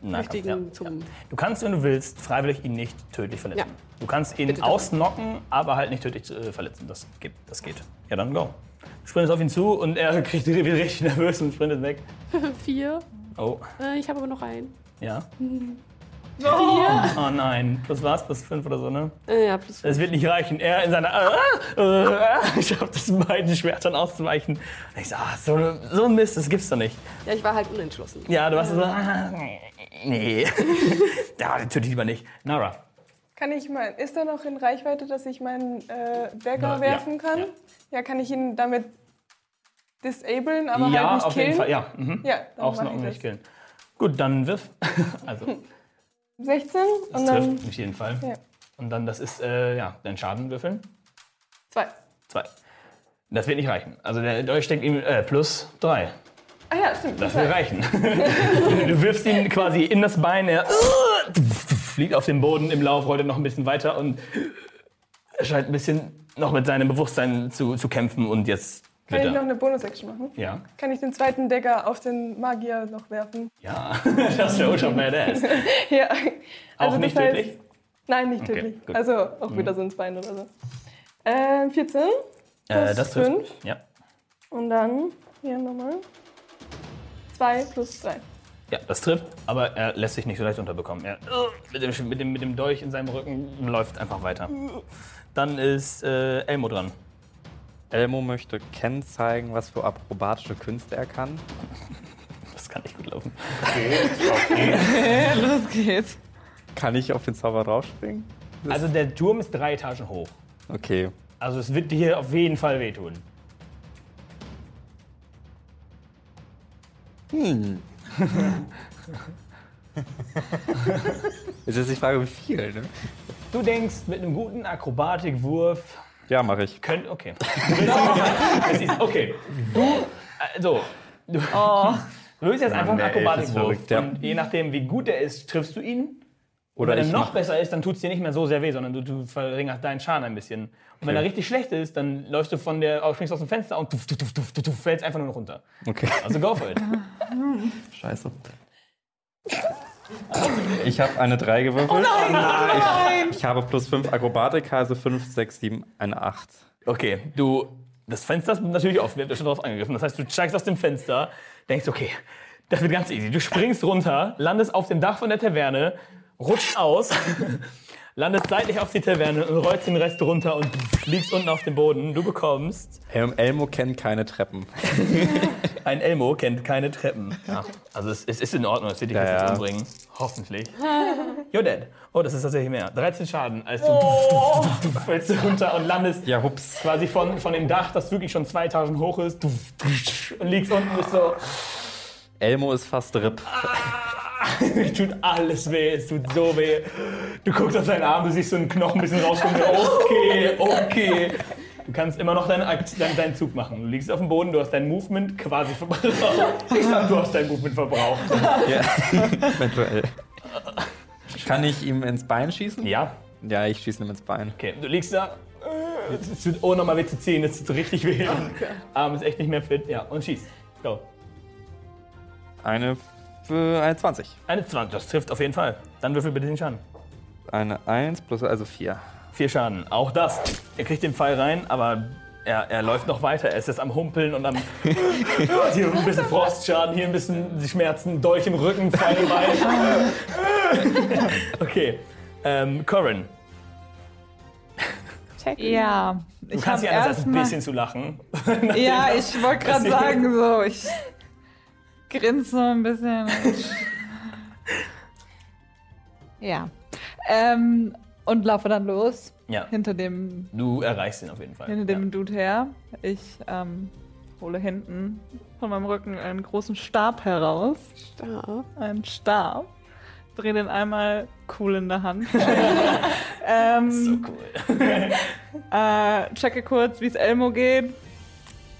[SPEAKER 4] Nein,
[SPEAKER 5] richtigen zum.
[SPEAKER 4] Du kannst, wenn du willst, freiwillig ihn nicht tödlich verletzen.
[SPEAKER 5] Ja.
[SPEAKER 4] Du kannst ihn
[SPEAKER 5] Bitte.
[SPEAKER 4] ausnocken, aber halt nicht tödlich äh, verletzen. Das geht, das geht. Ja, dann go. Du sprintest auf ihn zu und er kriegt wieder richtig nervös und sprintet weg.
[SPEAKER 5] Vier.
[SPEAKER 4] Oh,
[SPEAKER 5] Äh, ich habe aber noch einen.
[SPEAKER 4] ja. Oh nein, plus was? Plus fünf oder so, ne?
[SPEAKER 5] Äh, ja, plus
[SPEAKER 4] Es wird nicht reichen. Er in seiner. Ah, ah, ah, ich habe das mit beiden Schwertern auszuweichen. Und ich sage, so, ne- so ein Mist, das gibt's doch nicht.
[SPEAKER 5] Ja, ich war halt unentschlossen.
[SPEAKER 4] Ja, du warst so. Ah, nee. ja, den töte ich lieber nicht. Nara.
[SPEAKER 8] Kann ich mein, ist da noch in Reichweite, dass ich meinen äh, Dagger
[SPEAKER 4] Na, ja,
[SPEAKER 8] werfen kann?
[SPEAKER 4] ja.
[SPEAKER 8] Ja. kann ich ihn damit disablen, aber
[SPEAKER 4] ja,
[SPEAKER 8] halt nicht
[SPEAKER 4] auf
[SPEAKER 8] killen?
[SPEAKER 4] jeden Fall. Ja, mhm.
[SPEAKER 8] Ja, dann
[SPEAKER 4] auch
[SPEAKER 8] mach
[SPEAKER 4] noch
[SPEAKER 8] ich
[SPEAKER 4] nicht
[SPEAKER 8] das.
[SPEAKER 4] killen. Gut, dann wirf. Also,
[SPEAKER 8] 16
[SPEAKER 4] das
[SPEAKER 8] und dann
[SPEAKER 4] trifft auf jeden Fall.
[SPEAKER 8] Ja.
[SPEAKER 4] Und dann, das ist, äh, ja, dein Schaden würfeln.
[SPEAKER 8] zwei.
[SPEAKER 4] Zwei. Das wird nicht reichen. Also, der, der steckt ihm äh, plus drei.
[SPEAKER 8] Ah ja, stimmt.
[SPEAKER 4] Das
[SPEAKER 8] zwei.
[SPEAKER 4] wird reichen. du wirfst ihn quasi in das Bein, er fliegt auf den Boden im Lauf, rollt noch ein bisschen weiter und er scheint ein bisschen noch mit seinem Bewusstsein zu, zu kämpfen und jetzt
[SPEAKER 8] Kann
[SPEAKER 4] wird
[SPEAKER 8] ich noch
[SPEAKER 4] er.
[SPEAKER 8] eine Bonus-Action machen?
[SPEAKER 4] Ja,
[SPEAKER 8] Kann ich den zweiten Dagger auf den Magier noch werfen?
[SPEAKER 4] ja, das wäre schon badass.
[SPEAKER 8] Ja.
[SPEAKER 4] Auch
[SPEAKER 8] Also das
[SPEAKER 4] nicht
[SPEAKER 8] heißt-
[SPEAKER 4] tödlich?
[SPEAKER 8] Nein, nicht
[SPEAKER 4] Okay,
[SPEAKER 8] tödlich.
[SPEAKER 4] gut. Mhm.
[SPEAKER 8] also auch wieder so ins Bein oder so. Ähm, 14
[SPEAKER 4] Äh, das trifft.
[SPEAKER 8] fünf.
[SPEAKER 4] Ja.
[SPEAKER 8] und dann hier nochmal. 2 plus 3.
[SPEAKER 4] ja, das trifft, aber er lässt sich nicht so leicht unterbekommen. Er äh, mit dem, mit dem, mit dem Dolch in seinem Rücken läuft einfach weiter. Dann ist äh, Elmo dran.
[SPEAKER 6] Elmo möchte Ken zeigen, was für akrobatische Künste er kann.
[SPEAKER 4] Das kann nicht gut laufen.
[SPEAKER 7] Los geht's.
[SPEAKER 6] Kann ich auf den Zauber draufspringen?
[SPEAKER 4] Also der Turm ist drei Etagen hoch.
[SPEAKER 6] Okay.
[SPEAKER 4] Also es wird dir auf jeden Fall wehtun.
[SPEAKER 6] Ist jetzt die Frage, wie viel, ne?
[SPEAKER 4] Du denkst, mit einem guten Akrobatikwurf
[SPEAKER 6] Ja, mache ich.
[SPEAKER 4] könnt. Okay. Du willst- Das ist- okay. Du. Also. Du, du willst jetzt einfach einen
[SPEAKER 6] Mann, ey, das ist
[SPEAKER 4] Akrobatikwurf.
[SPEAKER 6] verrückt, ja.
[SPEAKER 4] Und je nachdem, wie gut er ist, triffst du ihn.
[SPEAKER 6] Oder
[SPEAKER 4] wenn
[SPEAKER 6] ich
[SPEAKER 4] er noch
[SPEAKER 6] mach,
[SPEAKER 4] besser ist, dann tut es dir nicht mehr so sehr weh, sondern du, du verringerst deinen Schaden ein bisschen. Und wenn er richtig schlecht ist, dann läufst du von der, oh, springst aus dem Fenster und du, du, du, du, du, du fällst einfach nur noch runter.
[SPEAKER 6] Okay.
[SPEAKER 4] Also go for it.
[SPEAKER 6] Scheiße. Ich habe eine 3 gewürfelt. Oh nein, nein. Ich, ich habe plus 5 Akrobatik, also 5, 6, 7, eine 8.
[SPEAKER 4] Okay, du, das Fenster ist natürlich offen, wir haben ja schon drauf angegriffen. Das heißt, du steigst aus dem Fenster, denkst, okay, das wird ganz easy. Du springst runter, landest auf dem Dach von der Taverne, rutscht aus, landest seitlich auf die Taverne und rollst den Rest runter und liegst unten auf dem Boden. Du bekommst,
[SPEAKER 6] Ähm, Elmo kennt keine Treppen.
[SPEAKER 4] ein Elmo kennt keine Treppen. Ja, also es, es ist in Ordnung, es wird dich
[SPEAKER 6] Ja,
[SPEAKER 4] jetzt nicht
[SPEAKER 6] ja.
[SPEAKER 4] umbringen. Hoffentlich. You're dead. Oh, das ist tatsächlich mehr. 13 Schaden, als du,
[SPEAKER 8] Oh.
[SPEAKER 4] du, du, du fällst runter und landest
[SPEAKER 6] Ja, hups.
[SPEAKER 4] quasi von, von dem Dach, das wirklich schon zwei Etagen hoch ist, du- du- und liegst unten bist so,
[SPEAKER 6] Elmo ist fast RIP.
[SPEAKER 4] es ah, tut alles weh, es tut so weh. Du guckst auf deinen Arm, du siehst so einen Knochen ein bisschen rauskommen, okay, okay. Du kannst immer noch deinen, Akt, deinen, deinen Zug machen. Du liegst auf dem Boden, du hast dein Movement quasi verbraucht. Ich sag, du hast dein Movement verbraucht.
[SPEAKER 6] Ja. Eventuell. Kann ich ihm ins Bein schießen?
[SPEAKER 4] Ja,
[SPEAKER 6] Ja, ich schieße ihm ins Bein.
[SPEAKER 4] okay, du liegst da. äh, Es tut oh, nochmal weh zu ziehen, es tut richtig weh. Arm ist echt nicht mehr fit. Ja, und schieß. Go.
[SPEAKER 6] Eine, äh, eine 20.
[SPEAKER 4] Eine 20, das trifft auf jeden Fall. Dann würfel bitte den Schaden.
[SPEAKER 6] Eine 1 plus, also 4.
[SPEAKER 4] Vier Schaden. Auch das. Er kriegt den Pfeil rein, aber er, er läuft noch weiter. Er ist jetzt am Humpeln und am. hier ein bisschen Frostschaden, hier ein bisschen Schmerzen, Dolch im Rücken, Pfeil im Bein. okay. Ähm, Corin.
[SPEAKER 7] Ja.
[SPEAKER 4] Du kannst
[SPEAKER 7] hab
[SPEAKER 4] ja einerseits ein
[SPEAKER 7] erstmal-
[SPEAKER 4] bisschen zu lachen.
[SPEAKER 7] Ja, ich wollte gerade sagen, so, ich grinse so ein bisschen. ja. Ähm, und laufe dann los
[SPEAKER 4] Ja,
[SPEAKER 7] hinter dem,
[SPEAKER 4] du erreichst ihn auf jeden Fall.
[SPEAKER 7] hinter dem Dude her. Ich ähm, hole hinten von meinem Rücken einen großen Stab heraus.
[SPEAKER 5] Stab.
[SPEAKER 7] Einen Stab. Dreh den einmal cool in der Hand.
[SPEAKER 4] ja.
[SPEAKER 7] ähm,
[SPEAKER 4] So cool.
[SPEAKER 7] äh, checke kurz, wie es Elmo geht.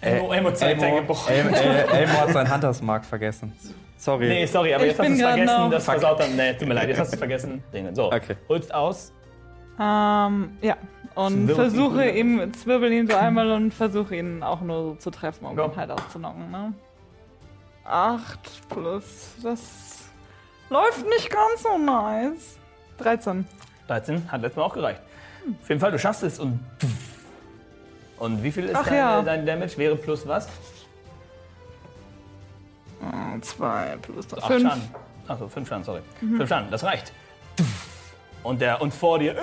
[SPEAKER 6] Äh,
[SPEAKER 4] Elmo, Elmo zeigt dein
[SPEAKER 6] Elmo,
[SPEAKER 4] Gebrochen.
[SPEAKER 6] El, El, Elmo hat sein Huntersmark vergessen. Sorry.
[SPEAKER 4] Nee, sorry, aber
[SPEAKER 7] Ich
[SPEAKER 4] jetzt hast du
[SPEAKER 7] bin
[SPEAKER 4] es
[SPEAKER 7] grad
[SPEAKER 4] vergessen.
[SPEAKER 7] noch-
[SPEAKER 4] Das
[SPEAKER 6] Fuck.
[SPEAKER 4] versaut dann. Nee, tut mir leid, jetzt hast du es vergessen. Dingen. So,
[SPEAKER 6] Okay.
[SPEAKER 4] holst aus.
[SPEAKER 7] Ähm, ja. Und
[SPEAKER 4] Zwirbel-
[SPEAKER 7] versuche ihm, zwirbel ihn so einmal und versuche ihn auch nur so zu treffen, um
[SPEAKER 4] Ja.
[SPEAKER 7] ihn halt auszunocken, ne? Acht plus, das läuft nicht ganz so nice. 13.
[SPEAKER 4] 13 hat letztes Mal auch gereicht. Auf jeden Fall, du schaffst es und. Und wie viel ist
[SPEAKER 7] Ach
[SPEAKER 4] dein,
[SPEAKER 7] ja.
[SPEAKER 4] dein Damage? Wäre plus was?
[SPEAKER 7] 2 Hm, plus 3.
[SPEAKER 4] Acht
[SPEAKER 7] 5.
[SPEAKER 4] Schaden. Achso, fünf Schaden, sorry.
[SPEAKER 7] Mhm.
[SPEAKER 4] Fünf Schaden, das reicht. Und der und vor dir. äh,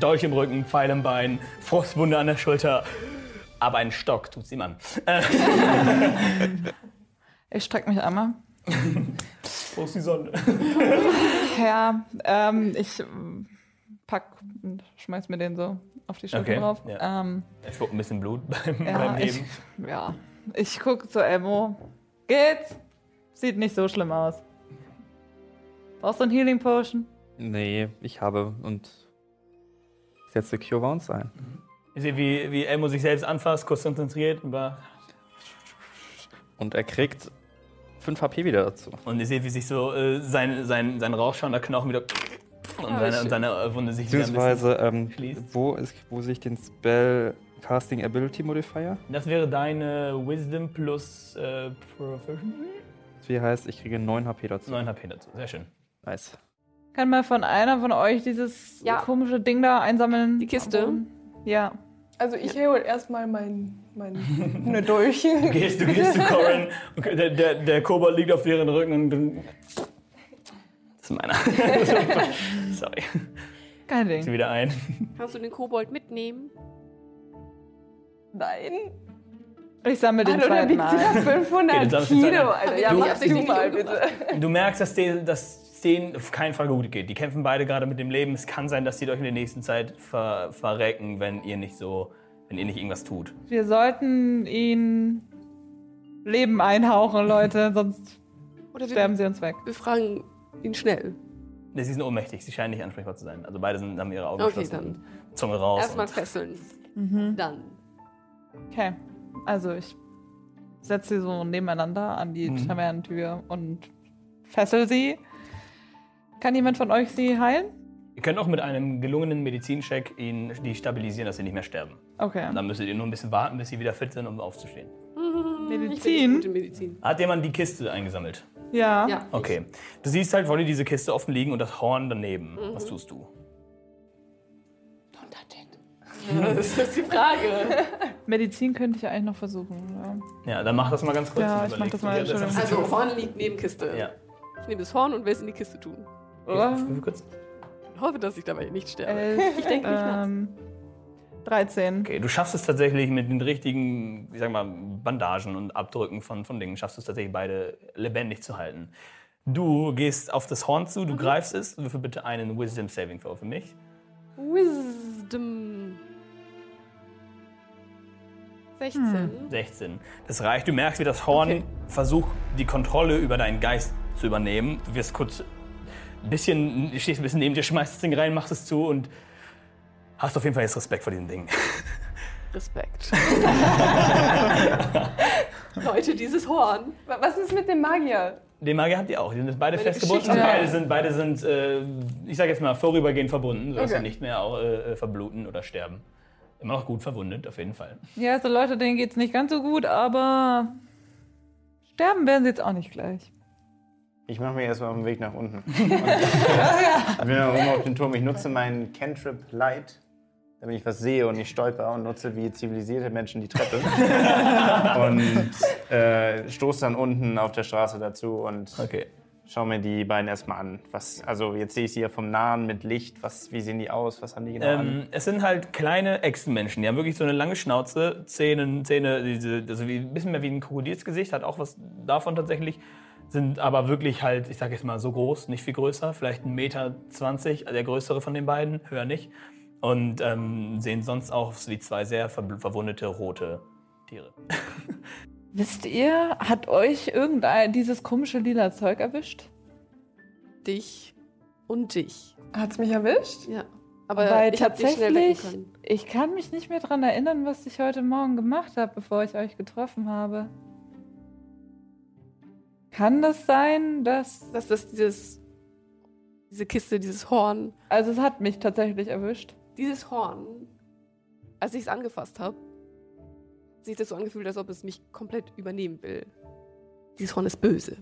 [SPEAKER 4] Dolch im Rücken, Pfeil im Bein, Frostwunde an der Schulter. Aber ein Stock tut's ihm an.
[SPEAKER 7] Ich strecke mich einmal.
[SPEAKER 4] Wo ist die Sonne?
[SPEAKER 7] Ja, ähm, ich ähm, pack und schmeiß mir den so auf die Schulter
[SPEAKER 4] Okay,
[SPEAKER 7] drauf.
[SPEAKER 4] ja.
[SPEAKER 7] Ähm,
[SPEAKER 4] Er spuckt ein bisschen Blut beim, beim
[SPEAKER 7] ja, ich,
[SPEAKER 4] Heben.
[SPEAKER 7] ja, ich gucke zu Elmo. Geht's? Sieht nicht so schlimm aus. Brauchst du ein Healing Potion?
[SPEAKER 6] Nee, ich habe und ist jetzt Secure Wounds ein.
[SPEAKER 4] Ich sehe, wie, wie Elmo sich selbst anfasst, kurz konzentriert. über-
[SPEAKER 6] Und er kriegt 5 HP wieder dazu.
[SPEAKER 4] Und ihr seht, wie sich so äh, sein, sein, sein rauschschauender Knochen wieder. Und seine, und seine äh, Wunde sich wieder ein bisschen.
[SPEAKER 6] Beziehungsweise, ähm,
[SPEAKER 4] schließt.
[SPEAKER 6] wo, ist, wo sehe ich den Spell Casting Ability Modifier?
[SPEAKER 4] Das wäre deine Wisdom plus äh, Proficiency.
[SPEAKER 6] Das wie heißt, ich kriege 9 HP dazu.
[SPEAKER 4] 9 HP dazu. Sehr schön.
[SPEAKER 6] Nice.
[SPEAKER 7] Kann mal von einer von euch dieses
[SPEAKER 5] Ja.
[SPEAKER 7] komische Ding da einsammeln?
[SPEAKER 5] Die Kiste?
[SPEAKER 7] Am Boden? Ja.
[SPEAKER 8] Also ich hole erstmal mein, mein ne durch.
[SPEAKER 4] Du gehst, du gehst zu Corin. und Der, der, der Kobold liegt auf deren Rücken und. dann- Das ist meiner. Sorry.
[SPEAKER 7] Kein
[SPEAKER 4] Ich
[SPEAKER 7] Ding.
[SPEAKER 4] wieder ein.
[SPEAKER 5] Kannst du den Kobold mitnehmen?
[SPEAKER 8] Nein.
[SPEAKER 7] Ich sammle den
[SPEAKER 8] Hallo, der
[SPEAKER 7] zweiten
[SPEAKER 8] wiegt
[SPEAKER 7] mal.
[SPEAKER 8] sicher 500
[SPEAKER 4] Okay, das ist jetzt
[SPEAKER 8] Kilo,
[SPEAKER 4] einer.
[SPEAKER 8] Alter. Ja,
[SPEAKER 5] Du-
[SPEAKER 8] mach du
[SPEAKER 5] Absichtlich
[SPEAKER 8] mal
[SPEAKER 5] nicht
[SPEAKER 8] bitte.
[SPEAKER 4] Du merkst, dass denen, dass denen auf keinen Fall gut geht. Die kämpfen beide gerade mit dem Leben. Es kann sein, dass die euch in der nächsten Zeit ver verrecken, wenn ihr nicht so, wenn ihr nicht irgendwas tut.
[SPEAKER 7] Wir sollten ihn Leben einhauchen, Leute, sonst
[SPEAKER 5] Oder wir,
[SPEAKER 7] sterben sie uns weg.
[SPEAKER 5] wir fragen ihn schnell.
[SPEAKER 4] Nee, Sie sind ohnmächtig. Sie scheinen nicht ansprechbar zu sein. Also beide sind, haben ihre Augen
[SPEAKER 5] Okay,
[SPEAKER 4] geschlossen. und Zunge raus.
[SPEAKER 5] Erstmal
[SPEAKER 4] Und
[SPEAKER 5] fesseln.
[SPEAKER 8] Mhm.
[SPEAKER 5] Dann.
[SPEAKER 7] Okay. Also ich setze sie so nebeneinander an die Tavernentür und fessel sie. Kann jemand von euch sie heilen?
[SPEAKER 4] ihr könnt auch mit einem gelungenen Medizincheck ihn die stabilisieren, dass sie nicht mehr sterben.
[SPEAKER 7] Okay.
[SPEAKER 4] Dann müsstet ihr nur ein bisschen warten, bis sie wieder fit sind, um aufzustehen.
[SPEAKER 5] Ich bin nicht gut
[SPEAKER 7] Medizin?
[SPEAKER 5] in Medizin.
[SPEAKER 4] Hat jemand die Kiste eingesammelt?
[SPEAKER 7] Ja.
[SPEAKER 5] Ja.
[SPEAKER 4] Okay. Du siehst halt, Wolli, diese Kiste offen liegen und das Horn daneben.
[SPEAKER 7] Mhm.
[SPEAKER 4] Was tust du?
[SPEAKER 5] Das ist die Frage.
[SPEAKER 7] Medizin könnte ich ja eigentlich noch versuchen. Ja.
[SPEAKER 4] Ja, dann mach das mal ganz kurz.
[SPEAKER 7] Ja,
[SPEAKER 4] und
[SPEAKER 7] ich mach
[SPEAKER 4] überlegst
[SPEAKER 7] das mal,
[SPEAKER 4] dir
[SPEAKER 7] Entschuldigung.
[SPEAKER 5] Also Horn liegt neben Kiste.
[SPEAKER 4] Ja.
[SPEAKER 5] Ich nehme das Horn und will es in die Kiste tun.
[SPEAKER 7] Oder?
[SPEAKER 4] Ich- ich- kurz.
[SPEAKER 5] Ich hoffe, dass ich dabei nicht sterbe.
[SPEAKER 7] Oh,
[SPEAKER 8] Äh.
[SPEAKER 7] Elf,
[SPEAKER 5] Ich denke nicht nach.
[SPEAKER 7] ähm, 13.
[SPEAKER 4] Okay, du schaffst es tatsächlich mit den richtigen, ich sag mal, Bandagen und Abdrücken von, von Dingen, schaffst du es tatsächlich beide lebendig zu halten. Du gehst auf das Horn zu, du greifst es, würfel bitte einen Wisdom Saving Throw für mich.
[SPEAKER 5] Wisdom. 16.
[SPEAKER 8] Hm.
[SPEAKER 4] 16. Das reicht, du merkst, wie das Horn versucht, die Kontrolle über deinen Geist zu übernehmen. Du wirst kurz ein bisschen, stehst ein bisschen neben dir, schmeißt das Ding rein, machst es zu und hast auf jeden Fall jetzt Respekt vor diesem Ding.
[SPEAKER 5] Respekt. Leute, dieses Horn.
[SPEAKER 8] Wa- Was ist mit dem Magier?
[SPEAKER 4] Den Magier habt ihr auch. Die sind beide
[SPEAKER 5] Meine
[SPEAKER 4] festgebunden.
[SPEAKER 5] Geschichte.
[SPEAKER 4] Beide sind, beide sind äh, ich sage jetzt mal, vorübergehend verbunden, sodass
[SPEAKER 8] Okay.
[SPEAKER 4] sie nicht mehr auch, äh, verbluten oder sterben. Immer noch gut verwundet, auf jeden Fall.
[SPEAKER 7] Ja, also Leute, denen geht's nicht ganz so gut, aber sterben werden sie jetzt auch nicht gleich.
[SPEAKER 9] Ich mache mir erstmal auf den Weg nach unten. Und ich bin da oben auf den Turm. Ich nutze meinen Cantrip Light, damit ich was sehe und nicht stolper und nutze wie zivilisierte Menschen die Treppe. und äh, stoße dann unten auf der Straße dazu und
[SPEAKER 4] Okay.
[SPEAKER 9] Schau mir die beiden erstmal an. Was, also jetzt sehe ich sie ja vom Nahen mit Licht. Was, wie sehen die aus? Was haben die genau an?
[SPEAKER 4] Ähm, es sind halt kleine Echsenmenschen. Die haben wirklich so eine lange Schnauze, Zähne, Zähne, diese, also wie, ein bisschen mehr wie ein Krokodilsgesicht, hat auch was davon tatsächlich. Sind aber wirklich halt, ich sag jetzt mal, so groß, nicht viel größer, vielleicht 1,20 Meter, 20, der größere von den beiden, höher nicht. Und ähm, sehen sonst aus wie zwei sehr ver verwundete rote Tiere.
[SPEAKER 7] Wisst ihr, hat euch irgendein dieses komische lila Zeug erwischt?
[SPEAKER 5] Dich und dich.
[SPEAKER 8] Hat's mich erwischt?
[SPEAKER 5] Ja. Aber
[SPEAKER 7] Weil
[SPEAKER 5] ich habe dich schnell wecken
[SPEAKER 7] tatsächlich,
[SPEAKER 5] können.
[SPEAKER 7] ich kann mich nicht mehr daran erinnern, was ich heute Morgen gemacht habe, bevor ich euch getroffen habe. Kann das sein, dass...
[SPEAKER 5] Dass das dieses, diese Kiste, dieses Horn,
[SPEAKER 7] Also es hat mich tatsächlich erwischt.
[SPEAKER 5] dieses Horn, als ich es angefasst habe, sich das so angefühlt, als ob es mich komplett übernehmen will. Dieses Horn ist böse.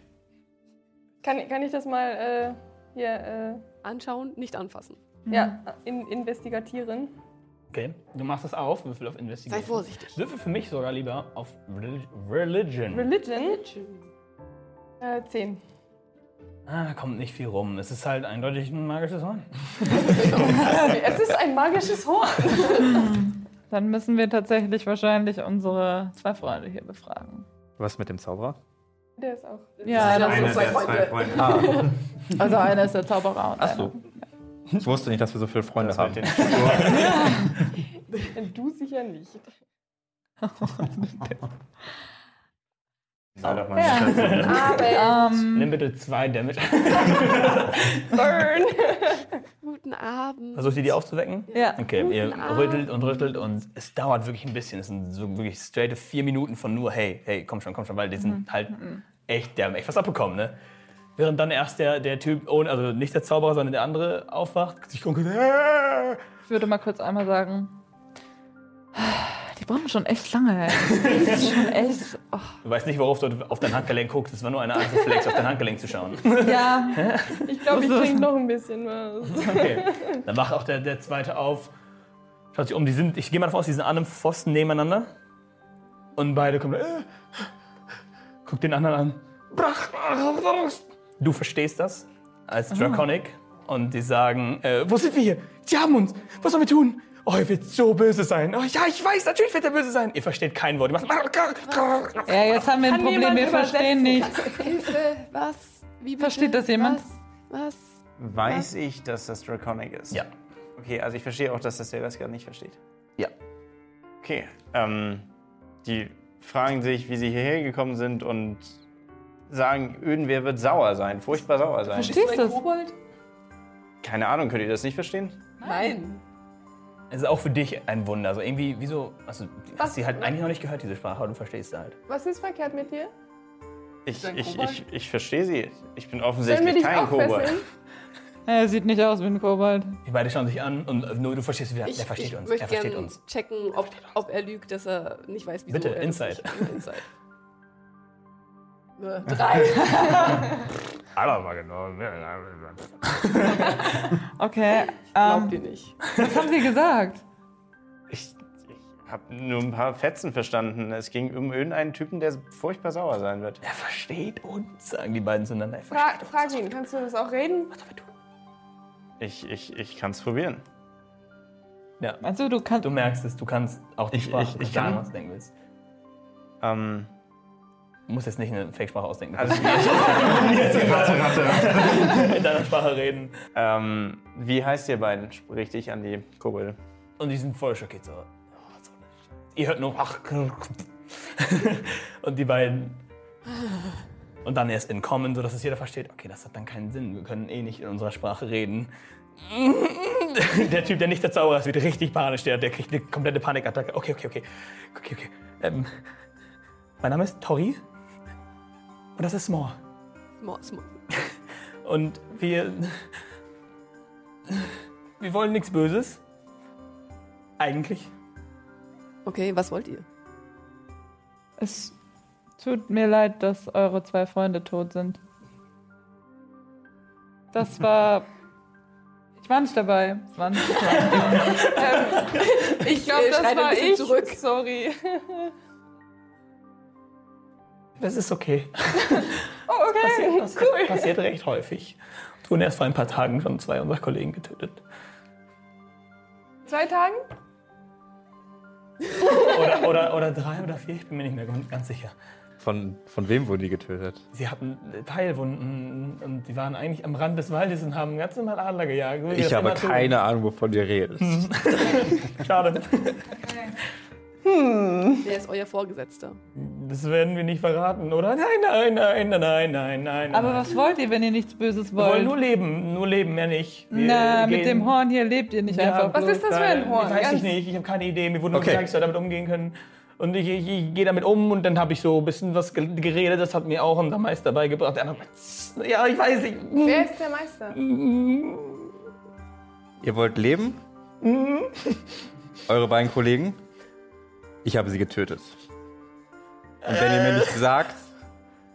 [SPEAKER 8] Kann, kann ich das mal äh, hier
[SPEAKER 5] Anschauen, nicht anfassen.
[SPEAKER 7] Mhm.
[SPEAKER 8] äh, ja, in, investigatieren?
[SPEAKER 4] Okay, du machst das auf, würfel auf Investigation.
[SPEAKER 5] Sei vorsichtig.
[SPEAKER 4] Würfel für mich sogar lieber auf Reli- Religion.
[SPEAKER 8] Religion? Äh, 10.
[SPEAKER 4] Ah, kommt nicht viel rum. Es ist halt eindeutig ein magisches Horn.
[SPEAKER 8] Es ist ein magisches Horn.
[SPEAKER 7] Dann müssen wir tatsächlich wahrscheinlich unsere zwei Freunde hier befragen.
[SPEAKER 6] Was mit dem Zauberer?
[SPEAKER 8] Der ist auch.
[SPEAKER 7] Ja,
[SPEAKER 5] das
[SPEAKER 7] das
[SPEAKER 8] also
[SPEAKER 5] sind
[SPEAKER 9] Einer
[SPEAKER 5] zwei
[SPEAKER 9] der
[SPEAKER 5] Freunde.
[SPEAKER 9] zwei Freunde.
[SPEAKER 7] ist, also einer ist der Zauberer und
[SPEAKER 6] Ach so. Ich wusste nicht, dass wir so viele Freunde
[SPEAKER 9] Das
[SPEAKER 6] haben.
[SPEAKER 9] mit den Spuren.
[SPEAKER 8] Du sicher nicht.
[SPEAKER 9] Soll doch mal
[SPEAKER 7] Ja.
[SPEAKER 9] nicht dazu.
[SPEAKER 7] einer. Ähm,
[SPEAKER 4] Nimm bitte zwei Damage.
[SPEAKER 8] Burn!
[SPEAKER 5] Guten Abend.
[SPEAKER 4] Versucht ihr die aufzuwecken?
[SPEAKER 7] ja.
[SPEAKER 4] Okay, ihr
[SPEAKER 5] Abend.
[SPEAKER 4] rüttelt und rüttelt und es dauert wirklich ein bisschen. Es sind so wirklich straight vier Minuten von nur, hey, hey, komm schon, komm schon, weil die sind halt echt, die haben echt was abbekommen, ne? Während dann erst der, der Typ, ohne, also nicht der Zauberer, sondern der andere aufwacht, sich guckt, äh,
[SPEAKER 7] Ich würde mal kurz einmal sagen, die brauchen schon echt lange. ey. Das ist schon echt. Oh.
[SPEAKER 4] du weißt nicht, worauf du auf dein Handgelenk guckst. Es war nur eine Art Reflex, auf dein Handgelenk zu schauen.
[SPEAKER 7] Ja,
[SPEAKER 8] Ich glaube, ich trinke noch ein bisschen was.
[SPEAKER 4] Okay. Dann wacht auch der, der zweite auf. Schaut sich um. Die sind, ich gehe mal davon aus, die sind an einem Pfosten nebeneinander. Und beide kommen. Äh, guckt den anderen an. Brach, brach, brach. Du verstehst das als Draconic. Und die sagen: äh, Wo sind wir hier? Sie haben uns. Was sollen wir tun? Oh, er wird so böse sein. Oh ja, ich weiß, natürlich wird er böse sein. Ihr versteht kein Wort. Ihr macht.
[SPEAKER 7] ja, jetzt haben wir ein
[SPEAKER 8] Kann
[SPEAKER 7] Problem.
[SPEAKER 8] jemand
[SPEAKER 7] Wir verstehen nichts.
[SPEAKER 5] Hilfe, was? Wie bitte?
[SPEAKER 7] Versteht das jemand?
[SPEAKER 5] Was?
[SPEAKER 9] Weiß ich, dass das Draconic ist?
[SPEAKER 4] Ja.
[SPEAKER 9] Okay, also ich verstehe auch, dass das der das gerade nicht versteht.
[SPEAKER 4] Ja.
[SPEAKER 9] Okay, ähm, die fragen sich, wie sie hierher gekommen sind und sagen, irgendwer wird sauer sein, furchtbar sauer sein.
[SPEAKER 7] Verstehst du das?
[SPEAKER 2] Kobold?
[SPEAKER 9] Keine Ahnung, könnt ihr das nicht verstehen?
[SPEAKER 2] Nein.
[SPEAKER 4] Es ist auch für dich ein Wunder. Also irgendwie, wieso? Also, du hast sie halt eigentlich noch nicht gehört, diese Sprache, aber du verstehst sie halt.
[SPEAKER 8] Was ist verkehrt mit dir?
[SPEAKER 9] Ich,
[SPEAKER 2] ein
[SPEAKER 9] ich,
[SPEAKER 2] Kobold?
[SPEAKER 9] ich, ich verstehe sie. Ich bin
[SPEAKER 8] Sollen wir
[SPEAKER 9] offensichtlich
[SPEAKER 8] dich
[SPEAKER 9] kein
[SPEAKER 8] auch
[SPEAKER 9] Kobold.
[SPEAKER 8] fesseln?
[SPEAKER 7] Er sieht nicht aus wie ein Kobold.
[SPEAKER 4] Die beiden schauen sich an und äh, nur du verstehst wieder. er versteht
[SPEAKER 5] ich
[SPEAKER 4] uns.
[SPEAKER 5] möchte
[SPEAKER 4] Er versteht
[SPEAKER 5] gern
[SPEAKER 4] uns.
[SPEAKER 5] checken, ob, ob er lügt, dass er nicht weiß, wieso
[SPEAKER 4] Bitte,
[SPEAKER 5] er das
[SPEAKER 4] Insight.
[SPEAKER 5] nicht- Insight. Äh, Drei.
[SPEAKER 7] Okay,
[SPEAKER 5] Glaubt ihr
[SPEAKER 7] ähm,
[SPEAKER 5] nicht.
[SPEAKER 7] was haben sie gesagt?
[SPEAKER 9] Ich, ich habe nur ein paar Fetzen verstanden. Es ging um irgendeinen Typen, der furchtbar sauer sein wird.
[SPEAKER 4] Er versteht uns, sagen die beiden zueinander. Er
[SPEAKER 8] Fra
[SPEAKER 4] versteht
[SPEAKER 8] frag ihn, kannst du das auch reden?
[SPEAKER 9] Ich, ich, ich kann es probieren.
[SPEAKER 4] uns. Ja.
[SPEAKER 7] Meinst du, du kannst.
[SPEAKER 4] Du merkst es, du kannst auch die
[SPEAKER 9] Ich-
[SPEAKER 4] Sprache
[SPEAKER 9] ich- ich
[SPEAKER 4] sagen,
[SPEAKER 9] kann-
[SPEAKER 4] was du denken willst.
[SPEAKER 9] Ähm,
[SPEAKER 4] Du musst jetzt nicht eine Fake-Sprache ausdenken. Du
[SPEAKER 9] also,
[SPEAKER 4] kannst in deiner Sprache reden.
[SPEAKER 9] ähm, wie heißt ihr beiden? Richtig an die Kobolde.
[SPEAKER 4] Und die sind voll schockiert. So. Oh, so eine Sch- Ihr hört nur. Ach, und die beiden. Und dann erst in Common, sodass es jeder versteht. Okay, das hat dann keinen Sinn. Wir können eh nicht in unserer Sprache reden. Der Typ, der nicht der Zauberer ist, wird richtig panisch. Der, der kriegt eine komplette Panikattacke. Okay, okay, okay. Okay, okay. Ähm, mein Name ist Tori. Und das ist Moore.
[SPEAKER 5] Small, small.
[SPEAKER 4] Und wir. Wir wollen nichts Böses. Eigentlich.
[SPEAKER 5] Okay, was wollt ihr?
[SPEAKER 7] Es tut mir leid, dass eure zwei Freunde tot sind. Das war. Ich war nicht dabei. Es war nicht
[SPEAKER 8] Ich glaube,
[SPEAKER 5] Äh,
[SPEAKER 8] das
[SPEAKER 5] schneide ein
[SPEAKER 8] war
[SPEAKER 5] bisschen
[SPEAKER 8] ich.
[SPEAKER 5] zurück.
[SPEAKER 8] Sorry.
[SPEAKER 4] Das ist okay. okay, das passiert, cool. passiert recht häufig. Wurden erst vor ein paar Tagen schon zwei unserer Kollegen getötet.
[SPEAKER 8] Zwei Tagen?
[SPEAKER 4] Oder, oder, oder drei oder vier, ich bin mir nicht mehr ganz sicher.
[SPEAKER 6] Von, von wem wurden die getötet?
[SPEAKER 4] Sie hatten Teilwunden und die waren eigentlich am Rand des Waldes und haben ganz normal Adler gejagt. so wie
[SPEAKER 6] Ich
[SPEAKER 4] das
[SPEAKER 6] habe
[SPEAKER 4] immer tun. Mhm.
[SPEAKER 6] keine Ahnung, wovon ihr redet.
[SPEAKER 4] Schade.
[SPEAKER 5] Wer ist euer Vorgesetzter?
[SPEAKER 4] Das werden wir nicht verraten, oder? Nein, nein, nein, nein, nein, nein, nein.
[SPEAKER 7] Aber
[SPEAKER 4] nein.
[SPEAKER 7] was wollt ihr, wenn ihr nichts Böses
[SPEAKER 4] wir wollen
[SPEAKER 7] wollt?
[SPEAKER 4] nur leben, nur leben, mehr nicht. Wir
[SPEAKER 7] Na, mit
[SPEAKER 4] gehen-
[SPEAKER 7] dem Horn hier lebt ihr nicht einfach.
[SPEAKER 8] Was
[SPEAKER 7] bloß.
[SPEAKER 8] ist das für ein Horn?
[SPEAKER 4] Ich weiß
[SPEAKER 8] Ganz-
[SPEAKER 4] ich nicht, ich habe keine Idee. Mir wurde nur
[SPEAKER 6] Okay.
[SPEAKER 4] gesagt, ich soll damit umgehen können. Und ich, ich, ich gehe damit um und dann habe ich so ein bisschen was ge- geredet, das hat mir auch unser Meister beigebracht. Der andere, ja, ich weiß nicht.
[SPEAKER 8] Wer ist der Meister?
[SPEAKER 6] Ihr wollt leben? Mhm. Eure beiden Kollegen? Ich habe sie getötet. Und wenn ihr mir nichts sagt,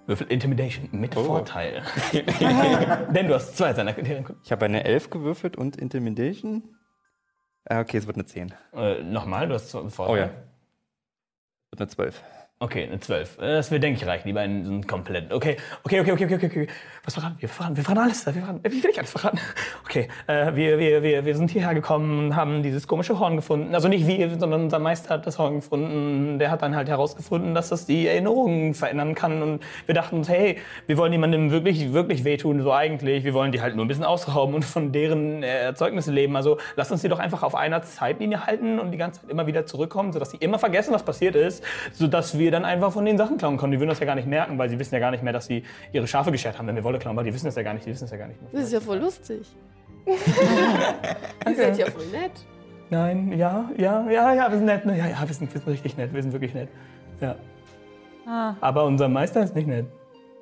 [SPEAKER 4] Würfel Intimidation mit
[SPEAKER 6] Oh.
[SPEAKER 4] Vorteil. Denn du hast zwei seiner Kriterien.
[SPEAKER 6] ich habe eine 11 gewürfelt und Intimidation. Ah, okay, es wird eine 10.
[SPEAKER 4] Äh, Nochmal, du hast zwei Vorteil.
[SPEAKER 6] Oh ja. Wird eine 12.
[SPEAKER 4] Okay, eine 12. Äh, Das wird, denke ich, reichen. Lieber einen, so einen kompletten. Okay, okay, okay, okay, okay, okay, okay. Was verraten? Wir verraten, wir verraten alles. Wir verraten, wie will ich alles verraten? Okay, äh, wir, wir, wir, wir sind hierher gekommen und haben dieses komische Horn gefunden. Also nicht wir, sondern unser Meister hat das Horn gefunden. Der hat dann halt herausgefunden, dass das die Erinnerungen verändern kann. Und wir dachten uns, hey, wir wollen niemandem wirklich, wirklich wehtun, so eigentlich. Wir wollen die halt nur ein bisschen ausrauben und von deren äh, Erzeugnisse leben. Also lasst uns die doch einfach auf einer Zeitlinie halten und die ganze Zeit immer wieder zurückkommen, sodass sie immer vergessen, was passiert ist, sodass wir dann einfach von den Sachen klauen können. Die würden das ja gar nicht merken, weil sie wissen ja gar nicht mehr, dass sie ihre Schafe geschert haben, wenn wir Wolle klauen, weil die wissen das ja gar nicht, die wissen das ja gar nicht mehr.
[SPEAKER 5] Das ist ja voll lustig. Ihr seid ja voll nett.
[SPEAKER 4] Nein, ja, ja, ja, ja, wir sind nett, ne? ja, ja, wir sind, wir sind richtig nett, wir sind wirklich nett. Ja.
[SPEAKER 5] Ah.
[SPEAKER 4] Aber unser Meister ist nicht nett.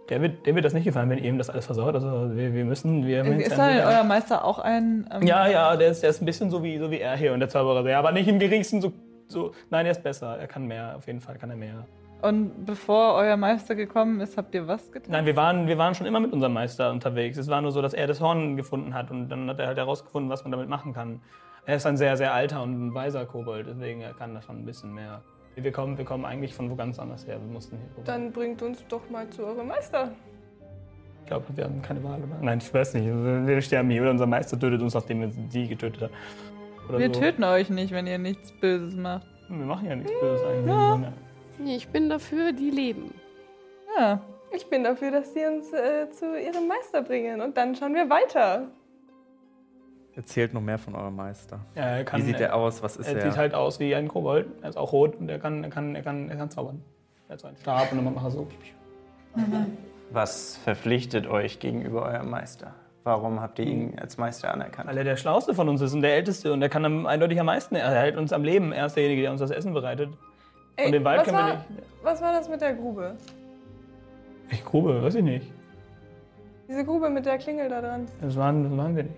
[SPEAKER 4] Der wird, dem wird das nicht gefallen, wenn ihr ihm das alles versaut. Also wir, wir müssen, wir müssen
[SPEAKER 7] Ist dann euer Meister auch ein. ähm,
[SPEAKER 4] Ja, ja, der ist, der ist ein bisschen so wie, so wie er hier und der Zauberer. Ja, aber nicht im geringsten so, so. Nein, er ist besser. Er kann mehr, auf jeden Fall kann er mehr.
[SPEAKER 7] Und bevor euer Meister gekommen ist, habt ihr was getan?
[SPEAKER 4] Nein, wir waren, wir waren schon immer mit unserem Meister unterwegs. Es war nur so, dass er das Horn gefunden hat und dann hat er halt herausgefunden, was man damit machen kann. Er ist ein sehr, sehr alter und ein weiser Kobold, deswegen er kann da schon ein bisschen mehr. Wir kommen, wir kommen eigentlich von wo ganz anders her. Wir mussten hier gucken.
[SPEAKER 8] Dann bringt uns doch mal zu eurem Meister.
[SPEAKER 4] Ich glaube, wir haben keine Wahl. Oder? Nein, ich weiß nicht. Wir sterben hier oder unser Meister tötet uns, nachdem wir die getötet haben. Oder
[SPEAKER 7] Wir
[SPEAKER 4] so.
[SPEAKER 7] töten euch nicht, wenn ihr nichts Böses macht.
[SPEAKER 4] Wir machen ja nichts Böses eigentlich.
[SPEAKER 5] Nee, ich bin dafür, die leben.
[SPEAKER 7] Ja.
[SPEAKER 8] Ich bin dafür, dass sie uns äh, zu ihrem Meister bringen und dann schauen wir weiter.
[SPEAKER 6] Erzählt noch mehr von eurem Meister.
[SPEAKER 4] Ja, er kann,
[SPEAKER 6] Wie sieht der aus? Was ist
[SPEAKER 4] Er sieht
[SPEAKER 6] er?
[SPEAKER 4] halt aus wie ein Kobold. Er ist auch rot und er kann, er kann, er kann, er kann zaubern. Er hat so einen Stab und dann macht er so.
[SPEAKER 9] Was verpflichtet euch gegenüber eurem Meister? Warum habt ihr ihn als Meister anerkannt?
[SPEAKER 4] Weil er der Schlauste von uns ist und der Älteste und er kann am, eindeutig am meisten. Er hält uns am Leben. Er ist derjenige, der uns das Essen bereitet.
[SPEAKER 8] Ey,
[SPEAKER 4] und den Wald
[SPEAKER 8] was,
[SPEAKER 4] können wir
[SPEAKER 8] war,
[SPEAKER 4] nicht.
[SPEAKER 8] was war das mit der Grube?
[SPEAKER 4] Ich grube, weiß ich nicht.
[SPEAKER 8] Diese Grube mit der Klingel da dran.
[SPEAKER 4] Das waren, das waren wir nicht.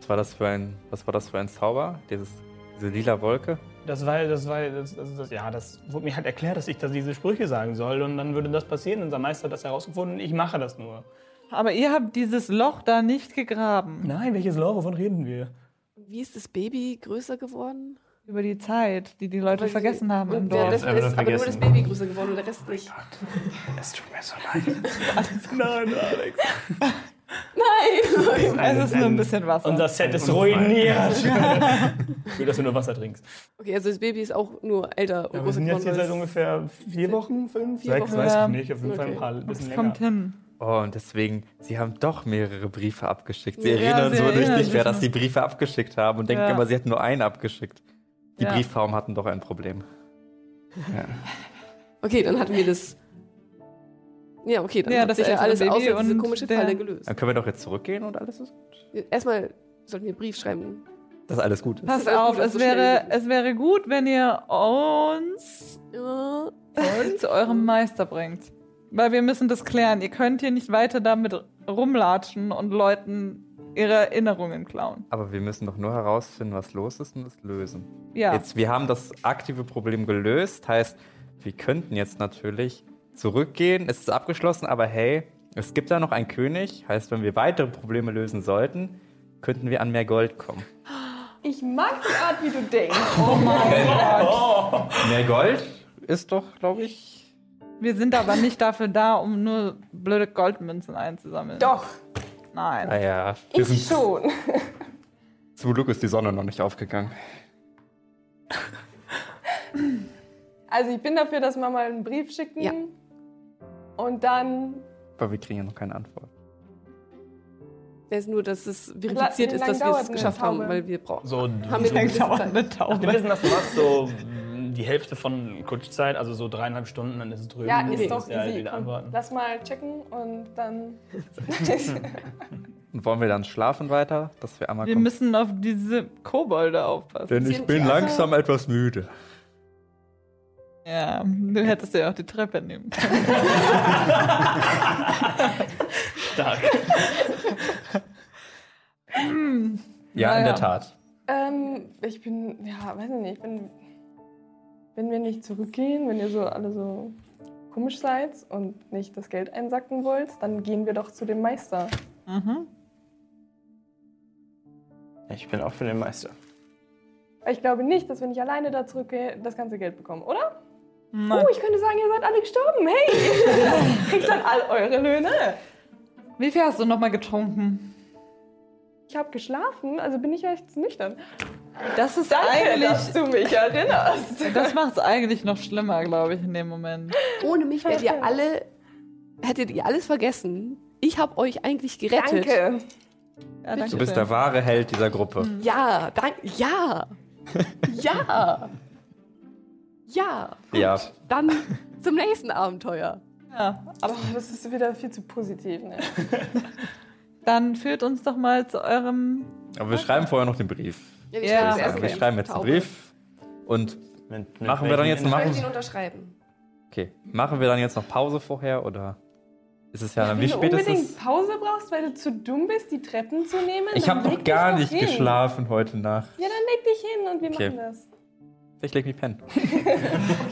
[SPEAKER 6] Was war das für ein, was war das für ein Zauber? Dieses, diese lila Wolke?
[SPEAKER 4] Das war, das war, das, das, das, ja, das wurde mir halt erklärt, dass ich da diese Sprüche sagen soll und dann würde das passieren. Unser Meister hat das herausgefunden. Ich mache das nur.
[SPEAKER 7] Aber ihr habt dieses Loch da nicht gegraben.
[SPEAKER 4] Nein, welches Lore? Wovon reden wir?
[SPEAKER 5] Wie ist das Baby größer geworden?
[SPEAKER 7] Über die Zeit, die die Leute
[SPEAKER 5] Weil
[SPEAKER 7] vergessen
[SPEAKER 5] sie-
[SPEAKER 7] haben im
[SPEAKER 5] Wer
[SPEAKER 7] Dorf.
[SPEAKER 5] das
[SPEAKER 9] Dorf.
[SPEAKER 5] ist,
[SPEAKER 9] Einfach
[SPEAKER 5] aber nur das
[SPEAKER 9] vergessen.
[SPEAKER 5] Baby größer geworden und der Rest nicht.
[SPEAKER 9] Es tut mir so leid.
[SPEAKER 4] Nein, Alex.
[SPEAKER 5] Nein!
[SPEAKER 7] Es ist nur ein bisschen Wasser.
[SPEAKER 4] Unser Set ist ruiniert. Schön, dass du nur Wasser trinkst.
[SPEAKER 5] Okay, also das Baby ist auch nur älter und
[SPEAKER 4] Ja, wir
[SPEAKER 5] größer
[SPEAKER 4] sind jetzt hier seit
[SPEAKER 5] geworden. weil es-
[SPEAKER 4] ungefähr vier Wochen, fünf,
[SPEAKER 5] Vier
[SPEAKER 4] sechs,
[SPEAKER 5] Wochen.
[SPEAKER 4] weiß
[SPEAKER 7] Ja.
[SPEAKER 4] ich nicht. Auf jeden Fall ein paar, ein bisschen länger.
[SPEAKER 7] das kommt hin.
[SPEAKER 6] Oh, und deswegen, sie haben doch mehrere Briefe abgeschickt. Sie
[SPEAKER 5] Ja,
[SPEAKER 6] erinnern
[SPEAKER 7] sie
[SPEAKER 6] so
[SPEAKER 7] erinnern
[SPEAKER 6] richtig,
[SPEAKER 7] sich
[SPEAKER 6] wer
[SPEAKER 7] noch.
[SPEAKER 6] das die Briefe abgeschickt haben und denken
[SPEAKER 7] Ja.
[SPEAKER 6] immer, sie hätten nur einen abgeschickt. Die
[SPEAKER 7] Ja.
[SPEAKER 6] Brieffrauen hatten doch ein Problem.
[SPEAKER 5] Okay, dann hatten wir das. Ja, okay, dann
[SPEAKER 7] Ja,
[SPEAKER 5] hat
[SPEAKER 7] das
[SPEAKER 5] sich ja
[SPEAKER 7] ältere
[SPEAKER 5] alles
[SPEAKER 7] Baby
[SPEAKER 5] außer diese
[SPEAKER 7] und
[SPEAKER 5] komische
[SPEAKER 7] der-
[SPEAKER 5] Falle gelöst.
[SPEAKER 6] Dann können wir doch jetzt zurückgehen und alles ist gut.
[SPEAKER 5] Erstmal sollten wir einen Brief schreiben.
[SPEAKER 6] Dass alles gut ist.
[SPEAKER 7] Pass
[SPEAKER 5] alles
[SPEAKER 7] auf,
[SPEAKER 5] gut, dass
[SPEAKER 7] es
[SPEAKER 5] so
[SPEAKER 7] wäre,
[SPEAKER 5] schnell geht.
[SPEAKER 7] es wäre gut, wenn ihr uns
[SPEAKER 5] Ja.
[SPEAKER 7] zu eurem Meister bringt. Weil wir müssen das klären. Ihr könnt hier nicht weiter damit rumlatschen und Leuten ihre Erinnerungen klauen.
[SPEAKER 6] Aber wir müssen doch nur herausfinden, was los ist und es lösen.
[SPEAKER 7] Ja.
[SPEAKER 6] Jetzt, wir haben das aktive Problem gelöst, heißt, wir könnten jetzt natürlich zurückgehen, es ist abgeschlossen, aber hey, es gibt da noch einen König, heißt, wenn wir weitere Probleme lösen sollten, könnten wir an mehr Gold kommen.
[SPEAKER 8] Ich mag die Art, wie du denkst.
[SPEAKER 6] Mehr Gold ist doch, glaube ich,
[SPEAKER 7] Wir sind aber nicht dafür da, um nur blöde Goldmünzen einzusammeln.
[SPEAKER 8] Doch,
[SPEAKER 7] Nein.
[SPEAKER 6] Naja, wir
[SPEAKER 8] ich
[SPEAKER 6] sind,
[SPEAKER 8] schon.
[SPEAKER 6] zum Glück ist die Sonne noch nicht aufgegangen.
[SPEAKER 2] Also ich bin dafür, dass man mal
[SPEAKER 8] Einen Brief schicken.
[SPEAKER 5] Ja.
[SPEAKER 8] Und dann
[SPEAKER 6] Aber wir kriegen ja noch keine Antwort.
[SPEAKER 5] Es ist nur, dass es verifiziert
[SPEAKER 8] Wie
[SPEAKER 5] ist,
[SPEAKER 8] lange
[SPEAKER 5] dass wir
[SPEAKER 8] dauert
[SPEAKER 5] es
[SPEAKER 8] eine
[SPEAKER 5] geschafft haben,
[SPEAKER 8] Taube?
[SPEAKER 5] weil wir brauchen.
[SPEAKER 4] So,
[SPEAKER 5] Haben wir eine Zeit.
[SPEAKER 4] wir wissen, dass du machst so mm, die Hälfte von Kutschzeit, also so dreieinhalb Stunden, dann ist es drüben.
[SPEAKER 8] Ja,
[SPEAKER 4] Du
[SPEAKER 8] ist doch
[SPEAKER 4] musst ja
[SPEAKER 8] easy.
[SPEAKER 4] wieder
[SPEAKER 8] Komm,
[SPEAKER 4] antworten.
[SPEAKER 8] lass mal checken und dann.
[SPEAKER 6] Und wollen wir dann schlafen weiter, dass wir einmal
[SPEAKER 7] Wir müssen auf diese Kobolde aufpassen.
[SPEAKER 6] Denn ich bin langsam etwas müde.
[SPEAKER 7] Ja, du hättest ja auch die Treppe nehmen können.
[SPEAKER 4] Stark.
[SPEAKER 6] Ja, in
[SPEAKER 7] Naja.
[SPEAKER 6] der Tat.
[SPEAKER 8] ähm, ich bin, ja, weiß ich nicht, ich bin. Wenn wir nicht zurückgehen, wenn ihr so alle so komisch seid und nicht das Geld einsacken wollt, dann gehen wir doch zu dem Meister.
[SPEAKER 7] Mhm.
[SPEAKER 9] Ich bin auch für den Meister.
[SPEAKER 8] Weil ich glaube nicht, dass wir nicht alleine da zurückgehen, das ganze Geld bekommen, oder?
[SPEAKER 7] Nein.
[SPEAKER 8] Oh, ich könnte sagen, ihr seid alle gestorben. Hey! Kriegt dann all eure Löhne.
[SPEAKER 7] Wie viel hast du nochmal getrunken?
[SPEAKER 8] Ich habe geschlafen, also bin ich echt nüchtern.
[SPEAKER 7] Das ist
[SPEAKER 8] Danke, dass
[SPEAKER 7] eigentlich.
[SPEAKER 8] du mich erinnerst.
[SPEAKER 7] Das macht es eigentlich noch schlimmer, glaube ich, in dem Moment.
[SPEAKER 5] Ohne mich wärt ihr alle, hättet ihr alles vergessen. Ich habe euch eigentlich gerettet.
[SPEAKER 8] Danke.
[SPEAKER 7] Ja, danke
[SPEAKER 6] Du bist der wahre Held dieser Gruppe.
[SPEAKER 5] Mhm. Ja, danke. Ja. Ja. Ja.
[SPEAKER 6] Ja.
[SPEAKER 5] Dann zum nächsten Abenteuer.
[SPEAKER 7] Ja.
[SPEAKER 8] Aber das ist wieder viel zu positiv. Ne?
[SPEAKER 7] Dann führt uns doch mal zu eurem.
[SPEAKER 6] Aber wir schreiben vorher noch den Brief.
[SPEAKER 5] Ja,
[SPEAKER 7] Ja,
[SPEAKER 5] schreiben
[SPEAKER 7] also
[SPEAKER 5] zuerst
[SPEAKER 6] Wir
[SPEAKER 5] den
[SPEAKER 6] schreiben jetzt den
[SPEAKER 5] Taube.
[SPEAKER 6] Brief. Und
[SPEAKER 9] Mit, mit
[SPEAKER 6] machen wir dann jetzt
[SPEAKER 9] welchem
[SPEAKER 5] Ich möchte ihn
[SPEAKER 6] machen,
[SPEAKER 5] unterschreiben.
[SPEAKER 6] okay. machen wir dann jetzt noch Pause vorher oder ist es ja, dann wie
[SPEAKER 8] Wenn du
[SPEAKER 6] spät ist
[SPEAKER 8] unbedingt
[SPEAKER 6] es?
[SPEAKER 8] Pause brauchst, weil du zu dumm bist, die Treppen zu nehmen.
[SPEAKER 6] Ich
[SPEAKER 8] dann
[SPEAKER 6] habe
[SPEAKER 8] leg
[SPEAKER 6] noch
[SPEAKER 8] dich
[SPEAKER 6] gar
[SPEAKER 8] doch
[SPEAKER 6] nicht
[SPEAKER 8] hin.
[SPEAKER 6] geschlafen heute Nacht.
[SPEAKER 8] Ja, dann leg dich hin und wir
[SPEAKER 6] Okay.
[SPEAKER 8] machen das.
[SPEAKER 6] Ich leg mich pennen.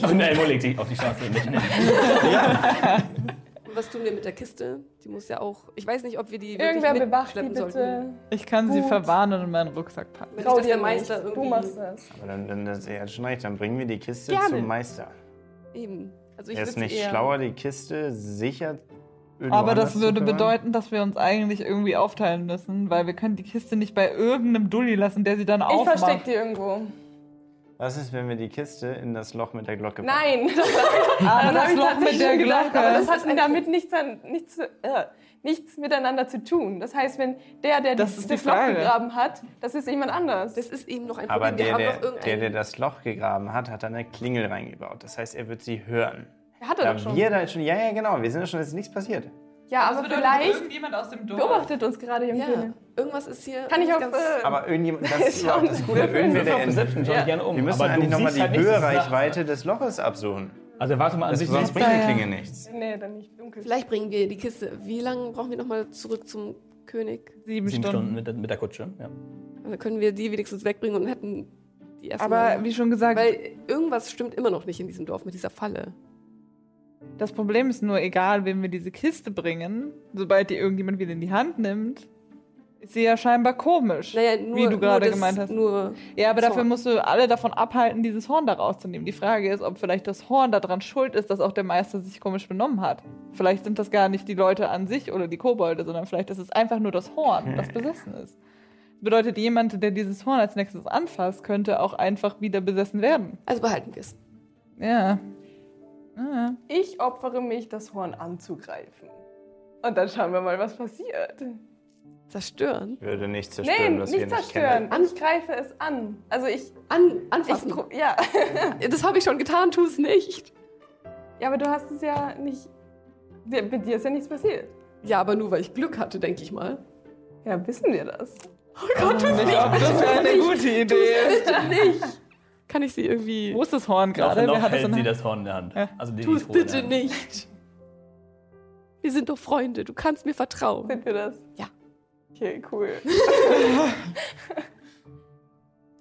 [SPEAKER 4] Und Elmo legt sich auf die Straße mitten in
[SPEAKER 5] Und was tun wir mit der Kiste? Die muss ja auch. Ich weiß nicht, ob wir die wirklich
[SPEAKER 8] Irgendwer bewacht die
[SPEAKER 5] mitschleppen
[SPEAKER 8] bitte.
[SPEAKER 5] sollten.
[SPEAKER 7] Ich kann sie
[SPEAKER 8] Gut.
[SPEAKER 7] verwarnen und in meinen Rucksack packen.
[SPEAKER 5] Wenn nicht,
[SPEAKER 8] Trau
[SPEAKER 5] dass
[SPEAKER 8] dir
[SPEAKER 5] der
[SPEAKER 8] nicht.
[SPEAKER 5] Meister
[SPEAKER 8] Du
[SPEAKER 5] irgendwie.
[SPEAKER 8] machst das.
[SPEAKER 9] Aber dann, dann, das, er hat schon recht, dann bringen wir die Kiste
[SPEAKER 5] Gerne.
[SPEAKER 9] zum Meister.
[SPEAKER 5] Eben. Also ich
[SPEAKER 9] Er ist
[SPEAKER 5] würd's
[SPEAKER 9] nicht
[SPEAKER 5] eher-
[SPEAKER 9] schlauer, die Kiste sicher. irgendwo
[SPEAKER 7] Aber das
[SPEAKER 9] anders
[SPEAKER 7] würde
[SPEAKER 9] zu verwahren.
[SPEAKER 7] bedeuten, dass wir uns eigentlich irgendwie aufteilen müssen, weil wir können die Kiste nicht bei irgendeinem Dulli lassen, der sie dann
[SPEAKER 8] Ich
[SPEAKER 7] aufmacht.
[SPEAKER 8] versteck die irgendwo.
[SPEAKER 9] Was ist, wenn wir die Kiste in das Loch mit der Glocke packen?
[SPEAKER 8] Nein,
[SPEAKER 7] Aber das
[SPEAKER 8] Ah, hab ich
[SPEAKER 7] Loch mit
[SPEAKER 8] tatsächlich
[SPEAKER 7] der
[SPEAKER 8] schon gedacht, Aber das
[SPEAKER 7] Glocke.
[SPEAKER 8] hat damit nichts, an, nichts, äh, nichts miteinander zu tun. Das heißt, wenn der, der
[SPEAKER 7] Das
[SPEAKER 8] die-
[SPEAKER 7] ist die
[SPEAKER 8] das Loch
[SPEAKER 7] Frage.
[SPEAKER 8] gegraben hat, das ist jemand anders.
[SPEAKER 5] Das ist eben noch ein
[SPEAKER 9] Aber
[SPEAKER 5] Problem.
[SPEAKER 9] der
[SPEAKER 5] wir
[SPEAKER 9] der,
[SPEAKER 5] haben noch irgendein.
[SPEAKER 9] der, der das Loch gegraben hat, hat da eine Klingel reingebaut. Das heißt, er wird sie hören.
[SPEAKER 8] hat er
[SPEAKER 9] Da
[SPEAKER 8] doch schon.
[SPEAKER 9] wir da schon, ja, ja, genau, wir sind ja schon, es ist nichts passiert.
[SPEAKER 8] Ja, aber vielleicht
[SPEAKER 7] irgendjemand aus dem
[SPEAKER 8] beobachtet uns gerade irgendjemand.
[SPEAKER 5] ja. Irgendwas ist hier.
[SPEAKER 8] Kann ich
[SPEAKER 5] nicht
[SPEAKER 8] auf.
[SPEAKER 5] ganz-
[SPEAKER 8] Äh,
[SPEAKER 9] Aber irgendjemand, das ist überhaupt das Gute,
[SPEAKER 4] Wir
[SPEAKER 9] irgendwer der
[SPEAKER 4] würfeln selbst schon
[SPEAKER 9] in,
[SPEAKER 4] gerne um.
[SPEAKER 9] Wir müssen
[SPEAKER 4] aber du
[SPEAKER 9] eigentlich nochmal
[SPEAKER 4] siehst
[SPEAKER 9] die
[SPEAKER 4] halt nicht, dass es
[SPEAKER 9] Höherreichweite des Loches absuchen.
[SPEAKER 4] nachts- Also warte mal an
[SPEAKER 9] Das,
[SPEAKER 4] sich.
[SPEAKER 9] sonst
[SPEAKER 4] siehst-
[SPEAKER 9] bringt die Klinge nichts.
[SPEAKER 8] nee, dann nicht dunkel.
[SPEAKER 5] Vielleicht bringen wir die Kiste. Wie lange brauchen wir nochmal zurück zum König?
[SPEAKER 7] Sieben,
[SPEAKER 4] Sieben
[SPEAKER 7] Stunden.
[SPEAKER 4] Stunden mit, der- mit der Kutsche. Ja.
[SPEAKER 5] Dann Also können wir die wenigstens wegbringen und hätten die erstmal.
[SPEAKER 7] Aber wie schon gesagt,
[SPEAKER 5] Weil irgendwas stimmt immer noch nicht in diesem Dorf mit dieser Falle.
[SPEAKER 7] das Problem ist nur, egal wem wir diese Kiste bringen, sobald die irgendjemand wieder in die Hand nimmt, ist sie ja scheinbar komisch.
[SPEAKER 5] Naja, nur,
[SPEAKER 7] wie du
[SPEAKER 5] nur
[SPEAKER 7] gerade
[SPEAKER 5] das-
[SPEAKER 7] gemeint hast.
[SPEAKER 5] Nur,
[SPEAKER 7] ja, aber dafür
[SPEAKER 5] Zorn.
[SPEAKER 7] musst du alle davon abhalten, dieses Horn da rauszunehmen. Die Frage ist, ob vielleicht das Horn daran schuld ist, dass auch der Meister sich komisch benommen hat. Vielleicht sind das gar nicht die Leute an sich oder die Kobolde, sondern vielleicht ist es einfach nur das Horn, das besessen ist. Bedeutet, jemand, der dieses Horn als nächstes anfasst, könnte auch einfach wieder besessen werden.
[SPEAKER 5] Also behalten wir es.
[SPEAKER 7] Ja. ja.
[SPEAKER 8] Ich opfere mich, das Horn anzugreifen. Und dann schauen wir mal, was passiert.
[SPEAKER 5] Zerstören.
[SPEAKER 9] Ich würde nicht zerstören,
[SPEAKER 8] Nein,
[SPEAKER 9] was wir
[SPEAKER 8] nicht
[SPEAKER 9] nicht
[SPEAKER 8] zerstören.
[SPEAKER 9] kennen.
[SPEAKER 8] Ich greife es an. Also ich.
[SPEAKER 5] An,
[SPEAKER 8] ich
[SPEAKER 5] anfassen.
[SPEAKER 8] pro- ja.
[SPEAKER 5] das habe ich schon getan, tu es nicht.
[SPEAKER 8] ja, aber du hast es ja nicht. Dir- Mit dir ist ja nichts passiert.
[SPEAKER 5] Ja, aber nur weil ich Glück hatte, denke ich mal.
[SPEAKER 8] Ja, wissen wir das.
[SPEAKER 7] Das wäre eine gute Idee.
[SPEAKER 5] nicht. Kann ich sie irgendwie.
[SPEAKER 7] Wo ist das Horn gerade?
[SPEAKER 4] Noch,
[SPEAKER 7] Wer
[SPEAKER 4] noch
[SPEAKER 7] hat das
[SPEAKER 4] hält
[SPEAKER 7] in
[SPEAKER 4] sie
[SPEAKER 7] der Hand?
[SPEAKER 4] das Horn in der Hand.
[SPEAKER 7] Ja.
[SPEAKER 4] Also die
[SPEAKER 5] Tu
[SPEAKER 4] die
[SPEAKER 5] es
[SPEAKER 4] Krone.
[SPEAKER 5] bitte nicht. Wir sind doch Freunde, du kannst mir vertrauen.
[SPEAKER 8] Sind wir das?
[SPEAKER 5] Ja.
[SPEAKER 8] Okay, cool.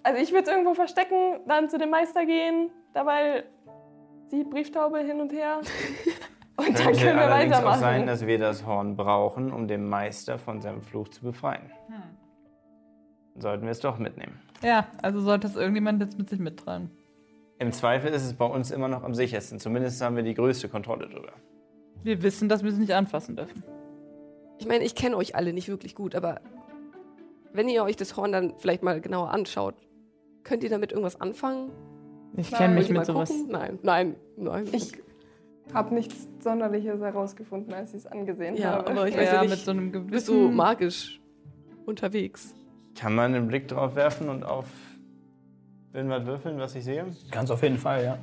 [SPEAKER 8] also ich würde es irgendwo verstecken, dann zu dem Meister gehen, dabei die Brieftaube hin und her. Und dann
[SPEAKER 9] Könnte
[SPEAKER 8] können wir
[SPEAKER 9] allerdings auch
[SPEAKER 8] weitermachen.
[SPEAKER 9] sein, dass wir das Horn brauchen, um den Meister von seinem Fluch zu befreien. Sollten wir es doch mitnehmen.
[SPEAKER 7] Ja, also sollte es irgendjemand jetzt mit sich mittragen.
[SPEAKER 9] Im Zweifel ist es bei uns immer noch am sichersten. Zumindest haben wir die größte Kontrolle drüber.
[SPEAKER 7] Wir wissen, dass wir es nicht anfassen dürfen.
[SPEAKER 5] Ich meine, ich kenne euch alle nicht wirklich gut, aber wenn ihr euch das Horn dann vielleicht mal genauer anschaut, könnt ihr damit irgendwas anfangen?
[SPEAKER 7] Ich kenne
[SPEAKER 5] Wollt
[SPEAKER 7] mich
[SPEAKER 5] ihr mal
[SPEAKER 7] mit sowas.
[SPEAKER 5] gucken? Nein, nein, nein.
[SPEAKER 8] Ich habe nichts Sonderliches herausgefunden, als ich es angesehen
[SPEAKER 5] Ja,
[SPEAKER 8] habe.
[SPEAKER 5] aber ich weiß
[SPEAKER 7] genau.
[SPEAKER 5] ja
[SPEAKER 7] Ja, mit
[SPEAKER 5] nicht,
[SPEAKER 7] so einem
[SPEAKER 5] bist
[SPEAKER 7] gewissen.
[SPEAKER 5] du magisch unterwegs?
[SPEAKER 9] Kann man einen Blick drauf werfen und auf irgendwas würfeln, was ich sehe?
[SPEAKER 4] Ganz auf jeden Fall, ja.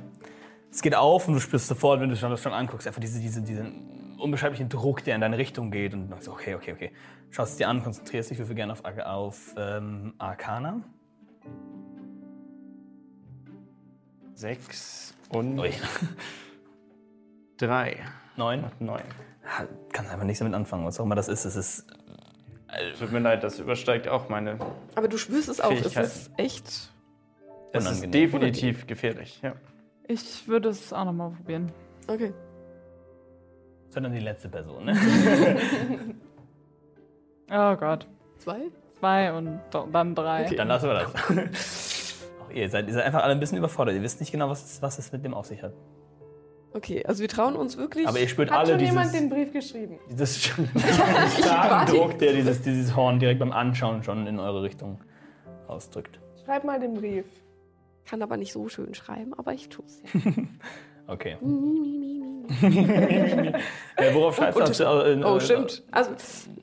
[SPEAKER 4] Es geht auf und du spürst sofort, wenn du schon- das schon anguckst, einfach diese, diese, diesen unbeschreiblichen Druck, der in deine Richtung geht. Und du denkst, okay, okay, okay. Schaust es dir an, konzentrierst dich, würfel gerne auf, Ar- auf ähm, Arcana.
[SPEAKER 9] Sechs und
[SPEAKER 4] Ui,
[SPEAKER 9] drei.
[SPEAKER 4] neun.
[SPEAKER 9] Neun.
[SPEAKER 4] Ah, Kannst einfach nichts damit anfangen, was auch immer das ist. Es ist äh,
[SPEAKER 9] Tut mir leid, das übersteigt auch meine.
[SPEAKER 5] Aber du spürst es auch, es
[SPEAKER 9] Fähigkeiten.
[SPEAKER 5] ist echt.
[SPEAKER 9] Es
[SPEAKER 4] Unangenehm.
[SPEAKER 9] ist definitiv gefährlich. Ja.
[SPEAKER 7] Ich würde es auch nochmal probieren.
[SPEAKER 5] Okay.
[SPEAKER 4] sondern die letzte Person, ne?
[SPEAKER 7] Oh Gott.
[SPEAKER 5] Zwei?
[SPEAKER 7] Zwei und do- dann drei.
[SPEAKER 5] Okay.
[SPEAKER 4] Dann lassen wir das. Auch ihr seid, ihr seid einfach alle ein bisschen überfordert. Ihr wisst nicht genau, was es, was es mit dem auf sich hat.
[SPEAKER 5] Okay, also wir trauen uns wirklich.
[SPEAKER 4] Aber ihr spürt
[SPEAKER 8] Hat
[SPEAKER 4] alle
[SPEAKER 8] schon
[SPEAKER 4] dieses,
[SPEAKER 8] jemand den Brief geschrieben?
[SPEAKER 4] dieses starken Druck, der dieses, dieses Horn direkt beim Anschauen schon in eure Richtung ausdrückt.
[SPEAKER 8] Schreib mal den Brief.
[SPEAKER 5] kann aber nicht so schön schreiben, aber ich tue es.
[SPEAKER 4] Okay.
[SPEAKER 5] Ja.
[SPEAKER 4] Äh, worauf schreibst du? Hast du? äh, in-
[SPEAKER 5] oh,
[SPEAKER 4] äh,
[SPEAKER 5] stimmt. Also,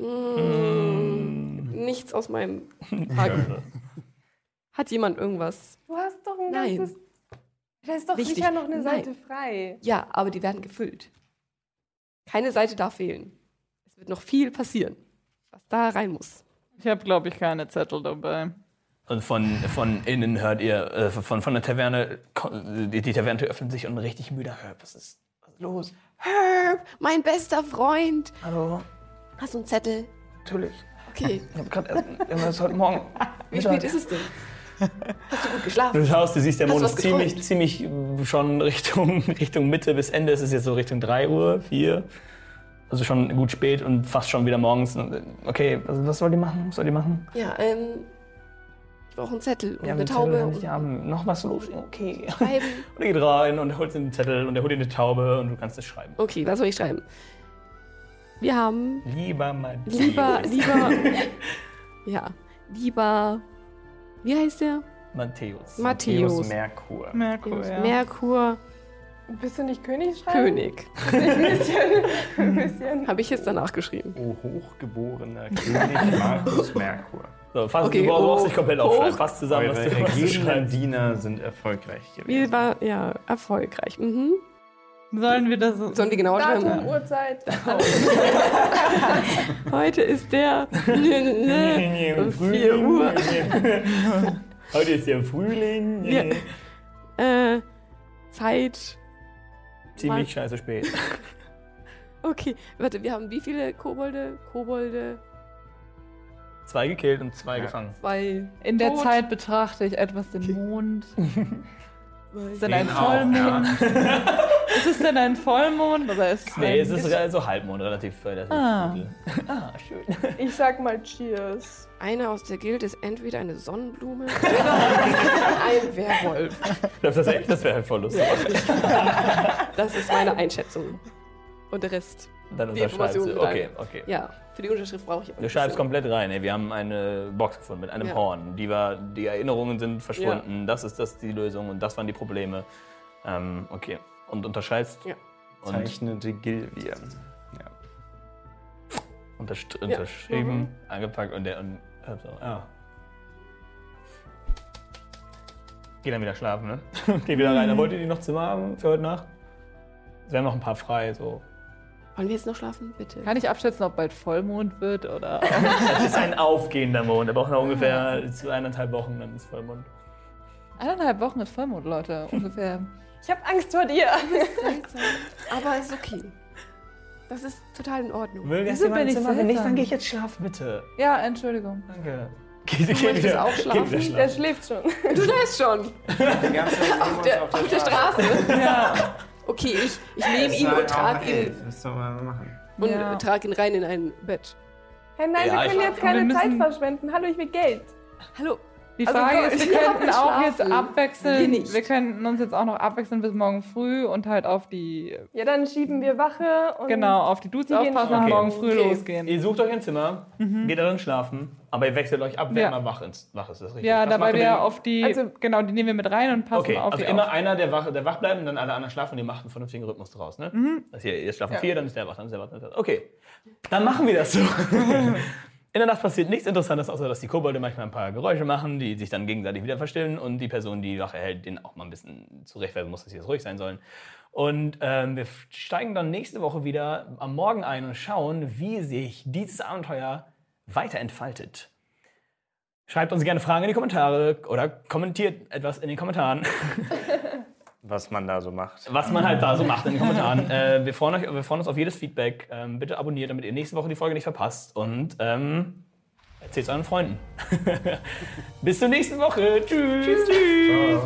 [SPEAKER 5] mm, nichts aus meinem. Haken. Hat jemand irgendwas?
[SPEAKER 8] Du hast doch ein
[SPEAKER 5] Nein.
[SPEAKER 8] ganzes. Da ist doch
[SPEAKER 5] Wichtig.
[SPEAKER 8] sicher noch eine
[SPEAKER 5] Nein.
[SPEAKER 8] Seite frei.
[SPEAKER 5] Ja, aber die werden gefüllt. Keine Seite darf fehlen. Es wird noch viel passieren, was da rein muss.
[SPEAKER 7] Ich habe, glaube ich, keine Zettel dabei.
[SPEAKER 4] Und von, von innen hört ihr, äh, von, von der Taverne, ko- die, die Taverne öffnet sich und ein richtig müder Herb. Was ist, was ist los?
[SPEAKER 5] Herb, mein bester Freund.
[SPEAKER 4] Hallo?
[SPEAKER 5] Hast du einen Zettel?
[SPEAKER 4] Natürlich.
[SPEAKER 5] Okay,
[SPEAKER 4] Ich habe gerade erst irgendwas heute Morgen.
[SPEAKER 5] wie spät ist es denn? Hast du gut geschlafen?
[SPEAKER 4] Du schaust, du siehst, der
[SPEAKER 5] Hast
[SPEAKER 4] Mond
[SPEAKER 5] du was
[SPEAKER 4] ist ziemlich,
[SPEAKER 5] geträumt?
[SPEAKER 4] ziemlich äh, schon Richtung, Richtung Mitte bis Ende. Es ist jetzt so Richtung 3 Uhr, 4. Also schon gut spät und fast schon wieder morgens. Okay, was, was soll die machen? Was soll die machen?
[SPEAKER 5] Ja, ähm. Ich brauche einen Zettel und
[SPEAKER 4] Wir haben
[SPEAKER 5] eine
[SPEAKER 4] den Zettel
[SPEAKER 5] Taube
[SPEAKER 4] noch
[SPEAKER 5] und
[SPEAKER 4] nicht, wir haben noch was los. Okay.
[SPEAKER 5] schreiben.
[SPEAKER 4] Und er geht rein und holt den Zettel und er holt dir eine Taube und du kannst es schreiben.
[SPEAKER 5] Okay, was soll ich schreiben? Wir haben
[SPEAKER 4] Lieber Matthias.
[SPEAKER 5] Lieber, lieber. ja, lieber. Wie heißt der?
[SPEAKER 4] Matthäus.
[SPEAKER 5] Matthäus.
[SPEAKER 9] Merkur.
[SPEAKER 7] Merkur, ja.
[SPEAKER 5] Merkur
[SPEAKER 8] Bist du nicht König schreiben?
[SPEAKER 5] König.
[SPEAKER 8] Ein bisschen.
[SPEAKER 5] Habe ich jetzt danach geschrieben.
[SPEAKER 9] O hochgeborener König Markus Merkur.
[SPEAKER 4] So, fass,
[SPEAKER 5] Okay,
[SPEAKER 4] du brauchst
[SPEAKER 5] hoch,
[SPEAKER 4] nicht komplett aufschreiben.
[SPEAKER 5] hoch.
[SPEAKER 4] Fass zusammen, was du,
[SPEAKER 9] Eure
[SPEAKER 4] was du
[SPEAKER 9] ergebenen
[SPEAKER 4] schreibst.
[SPEAKER 9] Diener sind erfolgreich
[SPEAKER 5] Wir
[SPEAKER 9] gewesen.
[SPEAKER 5] war ja erfolgreich. Mhm.
[SPEAKER 7] Sollen wir das. So
[SPEAKER 5] Sollen wir genau schreiben?
[SPEAKER 8] Datum, Uhrzeit.
[SPEAKER 5] Heute ist der ne, 4 Uhr.
[SPEAKER 4] Heute ist ja Frühling.
[SPEAKER 5] Ja. Äh, Zeit.
[SPEAKER 4] Ziemlich scheiße spät.
[SPEAKER 5] Okay, warte, wir haben wie viele Kobolde? Kobolde,
[SPEAKER 4] Zwei gekillt und zwei gefangen.
[SPEAKER 5] zwei.
[SPEAKER 7] In der
[SPEAKER 5] Tod.
[SPEAKER 7] Zeit betrachte ich etwas den Mond. Ist denn ein
[SPEAKER 9] Den auch,
[SPEAKER 7] Vollmond?
[SPEAKER 9] ja.
[SPEAKER 7] Ist es denn ein Vollmond oder ist es ein
[SPEAKER 4] Nee, es ist also Halbmond, relativ. relativ
[SPEAKER 7] Ah.
[SPEAKER 4] mittel. ah, schön.
[SPEAKER 8] Ich sag mal Cheers.
[SPEAKER 5] Einer aus der Gilde ist entweder eine Sonnenblume oder ein Werwolf.
[SPEAKER 4] Läuft das echt? Das wäre halt voll lustig.
[SPEAKER 5] Das ist meine Einschätzung. Und der Rest.
[SPEAKER 4] Dann
[SPEAKER 5] Die
[SPEAKER 4] unterschreibst
[SPEAKER 5] Informationen
[SPEAKER 4] du. Okay, okay.
[SPEAKER 5] Ja, für die Unterschrift brauche ich aber
[SPEAKER 4] Du
[SPEAKER 5] ein
[SPEAKER 4] schreibst
[SPEAKER 5] bisschen.
[SPEAKER 4] komplett rein. Ey. Wir haben eine Box gefunden mit einem
[SPEAKER 5] Ja.
[SPEAKER 4] Horn. Die, war, die Erinnerungen sind verschwunden. Das ist das die Lösung und das waren die Probleme. Ähm, okay. Und unterschreibst
[SPEAKER 5] Ja.
[SPEAKER 4] und
[SPEAKER 9] Zeichnete Gilvia.
[SPEAKER 4] untersch unterschrieben, angepackt und der und hört so. Ja. Geht dann wieder schlafen, ne? Geht wieder rein. Dann wollt ihr die noch Zimmer haben für heute Nacht? Sie haben noch ein paar frei, so.
[SPEAKER 5] Wollen wir jetzt noch schlafen? Bitte.
[SPEAKER 7] Kann ich abschätzen, ob bald Vollmond wird oder.
[SPEAKER 4] Es ist ein aufgehender Mond. Er braucht noch ungefähr zu eineinhalb Wochen, dann ist Vollmond.
[SPEAKER 7] Eineinhalb Wochen ist Vollmond, Leute, ungefähr.
[SPEAKER 8] Ich habe Angst vor dir.
[SPEAKER 5] Aber ist okay. Das ist total in Ordnung.
[SPEAKER 4] Will
[SPEAKER 7] Wieso bin ich
[SPEAKER 4] Wenn nicht,
[SPEAKER 7] seltsam?
[SPEAKER 4] dann gehe ich jetzt schlafen, bitte.
[SPEAKER 7] Ja, Entschuldigung.
[SPEAKER 4] Danke. Geht, geht
[SPEAKER 5] möchtest
[SPEAKER 4] wieder.
[SPEAKER 5] auch schlafen?
[SPEAKER 4] Geht wieder
[SPEAKER 8] Der schläft schon.
[SPEAKER 5] Du weißt schon.
[SPEAKER 9] Die ganze Zeit sehen wir uns
[SPEAKER 5] Der, auf der Straße. Ja. Okay, ich, ich nehme ihn und trage ihn,
[SPEAKER 9] Was soll man machen?
[SPEAKER 5] und
[SPEAKER 7] Ja.
[SPEAKER 5] trag ihn rein in ein Bett.
[SPEAKER 8] Hey, nein,
[SPEAKER 4] Ja,
[SPEAKER 8] wir können
[SPEAKER 4] ich-
[SPEAKER 8] jetzt keine
[SPEAKER 7] wir
[SPEAKER 8] Zeit
[SPEAKER 7] müssen-
[SPEAKER 8] verschwenden. Hallo, ich will Geld.
[SPEAKER 5] Hallo,
[SPEAKER 7] Die
[SPEAKER 8] Also,
[SPEAKER 7] Frage
[SPEAKER 8] komm,
[SPEAKER 7] ist,
[SPEAKER 8] ich
[SPEAKER 7] wir
[SPEAKER 8] hab
[SPEAKER 7] könnten auch jetzt
[SPEAKER 8] geschlafen.
[SPEAKER 5] Wir
[SPEAKER 7] abwechseln.
[SPEAKER 5] nicht.
[SPEAKER 7] Wir, könnten uns jetzt auch noch abwechseln bis morgen früh und halt auf die
[SPEAKER 8] Ja, dann schieben wir Wache und.
[SPEAKER 7] genau auf die Dudes
[SPEAKER 8] Die gehen
[SPEAKER 7] aufpassen und
[SPEAKER 4] schlafen.
[SPEAKER 7] morgen früh
[SPEAKER 8] Okay.
[SPEAKER 7] losgehen.
[SPEAKER 4] Ihr sucht euch ein Zimmer, geht darin schlafen, aber ihr wechselt euch ab, wenn
[SPEAKER 7] Ja.
[SPEAKER 4] man wach, ins, wach ist. Das ist richtig.
[SPEAKER 7] Ja,
[SPEAKER 4] Was
[SPEAKER 7] dabei
[SPEAKER 4] macht ihr
[SPEAKER 7] wir
[SPEAKER 4] denn?
[SPEAKER 7] auf die
[SPEAKER 8] Also-
[SPEAKER 7] genau die nehmen wir mit rein und passen
[SPEAKER 4] Okay,
[SPEAKER 7] auf
[SPEAKER 4] also
[SPEAKER 7] die
[SPEAKER 4] immer
[SPEAKER 7] auf.
[SPEAKER 4] einer, der wach, der wach bleibt und dann alle anderen schlafen und ihr macht einen vernünftigen Rhythmus draus. Ne?
[SPEAKER 7] Mhm.
[SPEAKER 4] Also hier, jetzt schlafen vier, dann ist der wach, dann ist der wach. Dann ist der wach. Okay, dann machen wir das so. In der Nacht passiert nichts Interessantes, außer dass die Kobolde manchmal ein paar Geräusche machen, die sich dann gegenseitig wieder verstillen und die Person, die Wache hält, den auch mal ein bisschen zurechtweisen muss, dass sie jetzt ruhig sein sollen. Und ähm, wir f- steigen dann nächste Woche wieder am Morgen ein und schauen, wie sich dieses Abenteuer weiter entfaltet. Schreibt uns gerne Fragen in die Kommentare oder kommentiert etwas in den Kommentaren
[SPEAKER 9] was man da so macht.
[SPEAKER 4] was man halt da so macht in den Kommentaren. Äh, wir, freuen euch, wir freuen uns auf jedes Feedback. Ähm, bitte abonniert, damit ihr nächste Woche die Folge nicht verpasst. Und ähm, erzählt euren Freunden. Bis zur nächsten Woche. Tschüss. Tschüss.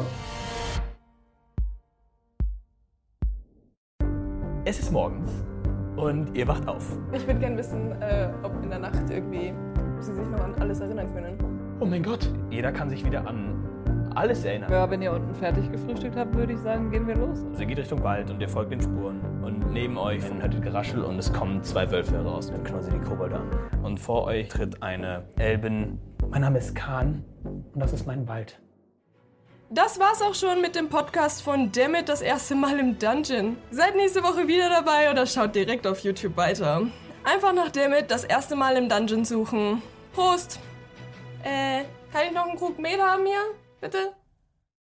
[SPEAKER 4] Es ist morgens und ihr wacht auf.
[SPEAKER 8] Ich würde gerne wissen, äh, ob in der Nacht irgendwie ob sie sich noch an alles erinnern können.
[SPEAKER 4] Oh mein Gott. Jeder kann sich wieder an alles erinnern.
[SPEAKER 7] Ja, wenn ihr unten fertig gefrühstückt habt, würde ich sagen, gehen wir los.
[SPEAKER 4] Also ihr geht Richtung Wald und ihr folgt den Spuren. Und neben euch hört ihr Geraschel und es kommen zwei Wölfe heraus. Dann knurren sie die Kobolde an. Und vor euch tritt eine Elbin. Mein Name ist Khan und das ist mein Wald.
[SPEAKER 2] Das war's auch schon mit dem Podcast von Dammit, das erste Mal im Dungeon. Seid nächste Woche wieder dabei oder schaut direkt auf YouTube weiter. Einfach nach Dammit, das erste Mal im Dungeon suchen. Prost! Äh, kann ich noch einen Krug Mehl haben hier? Bitte?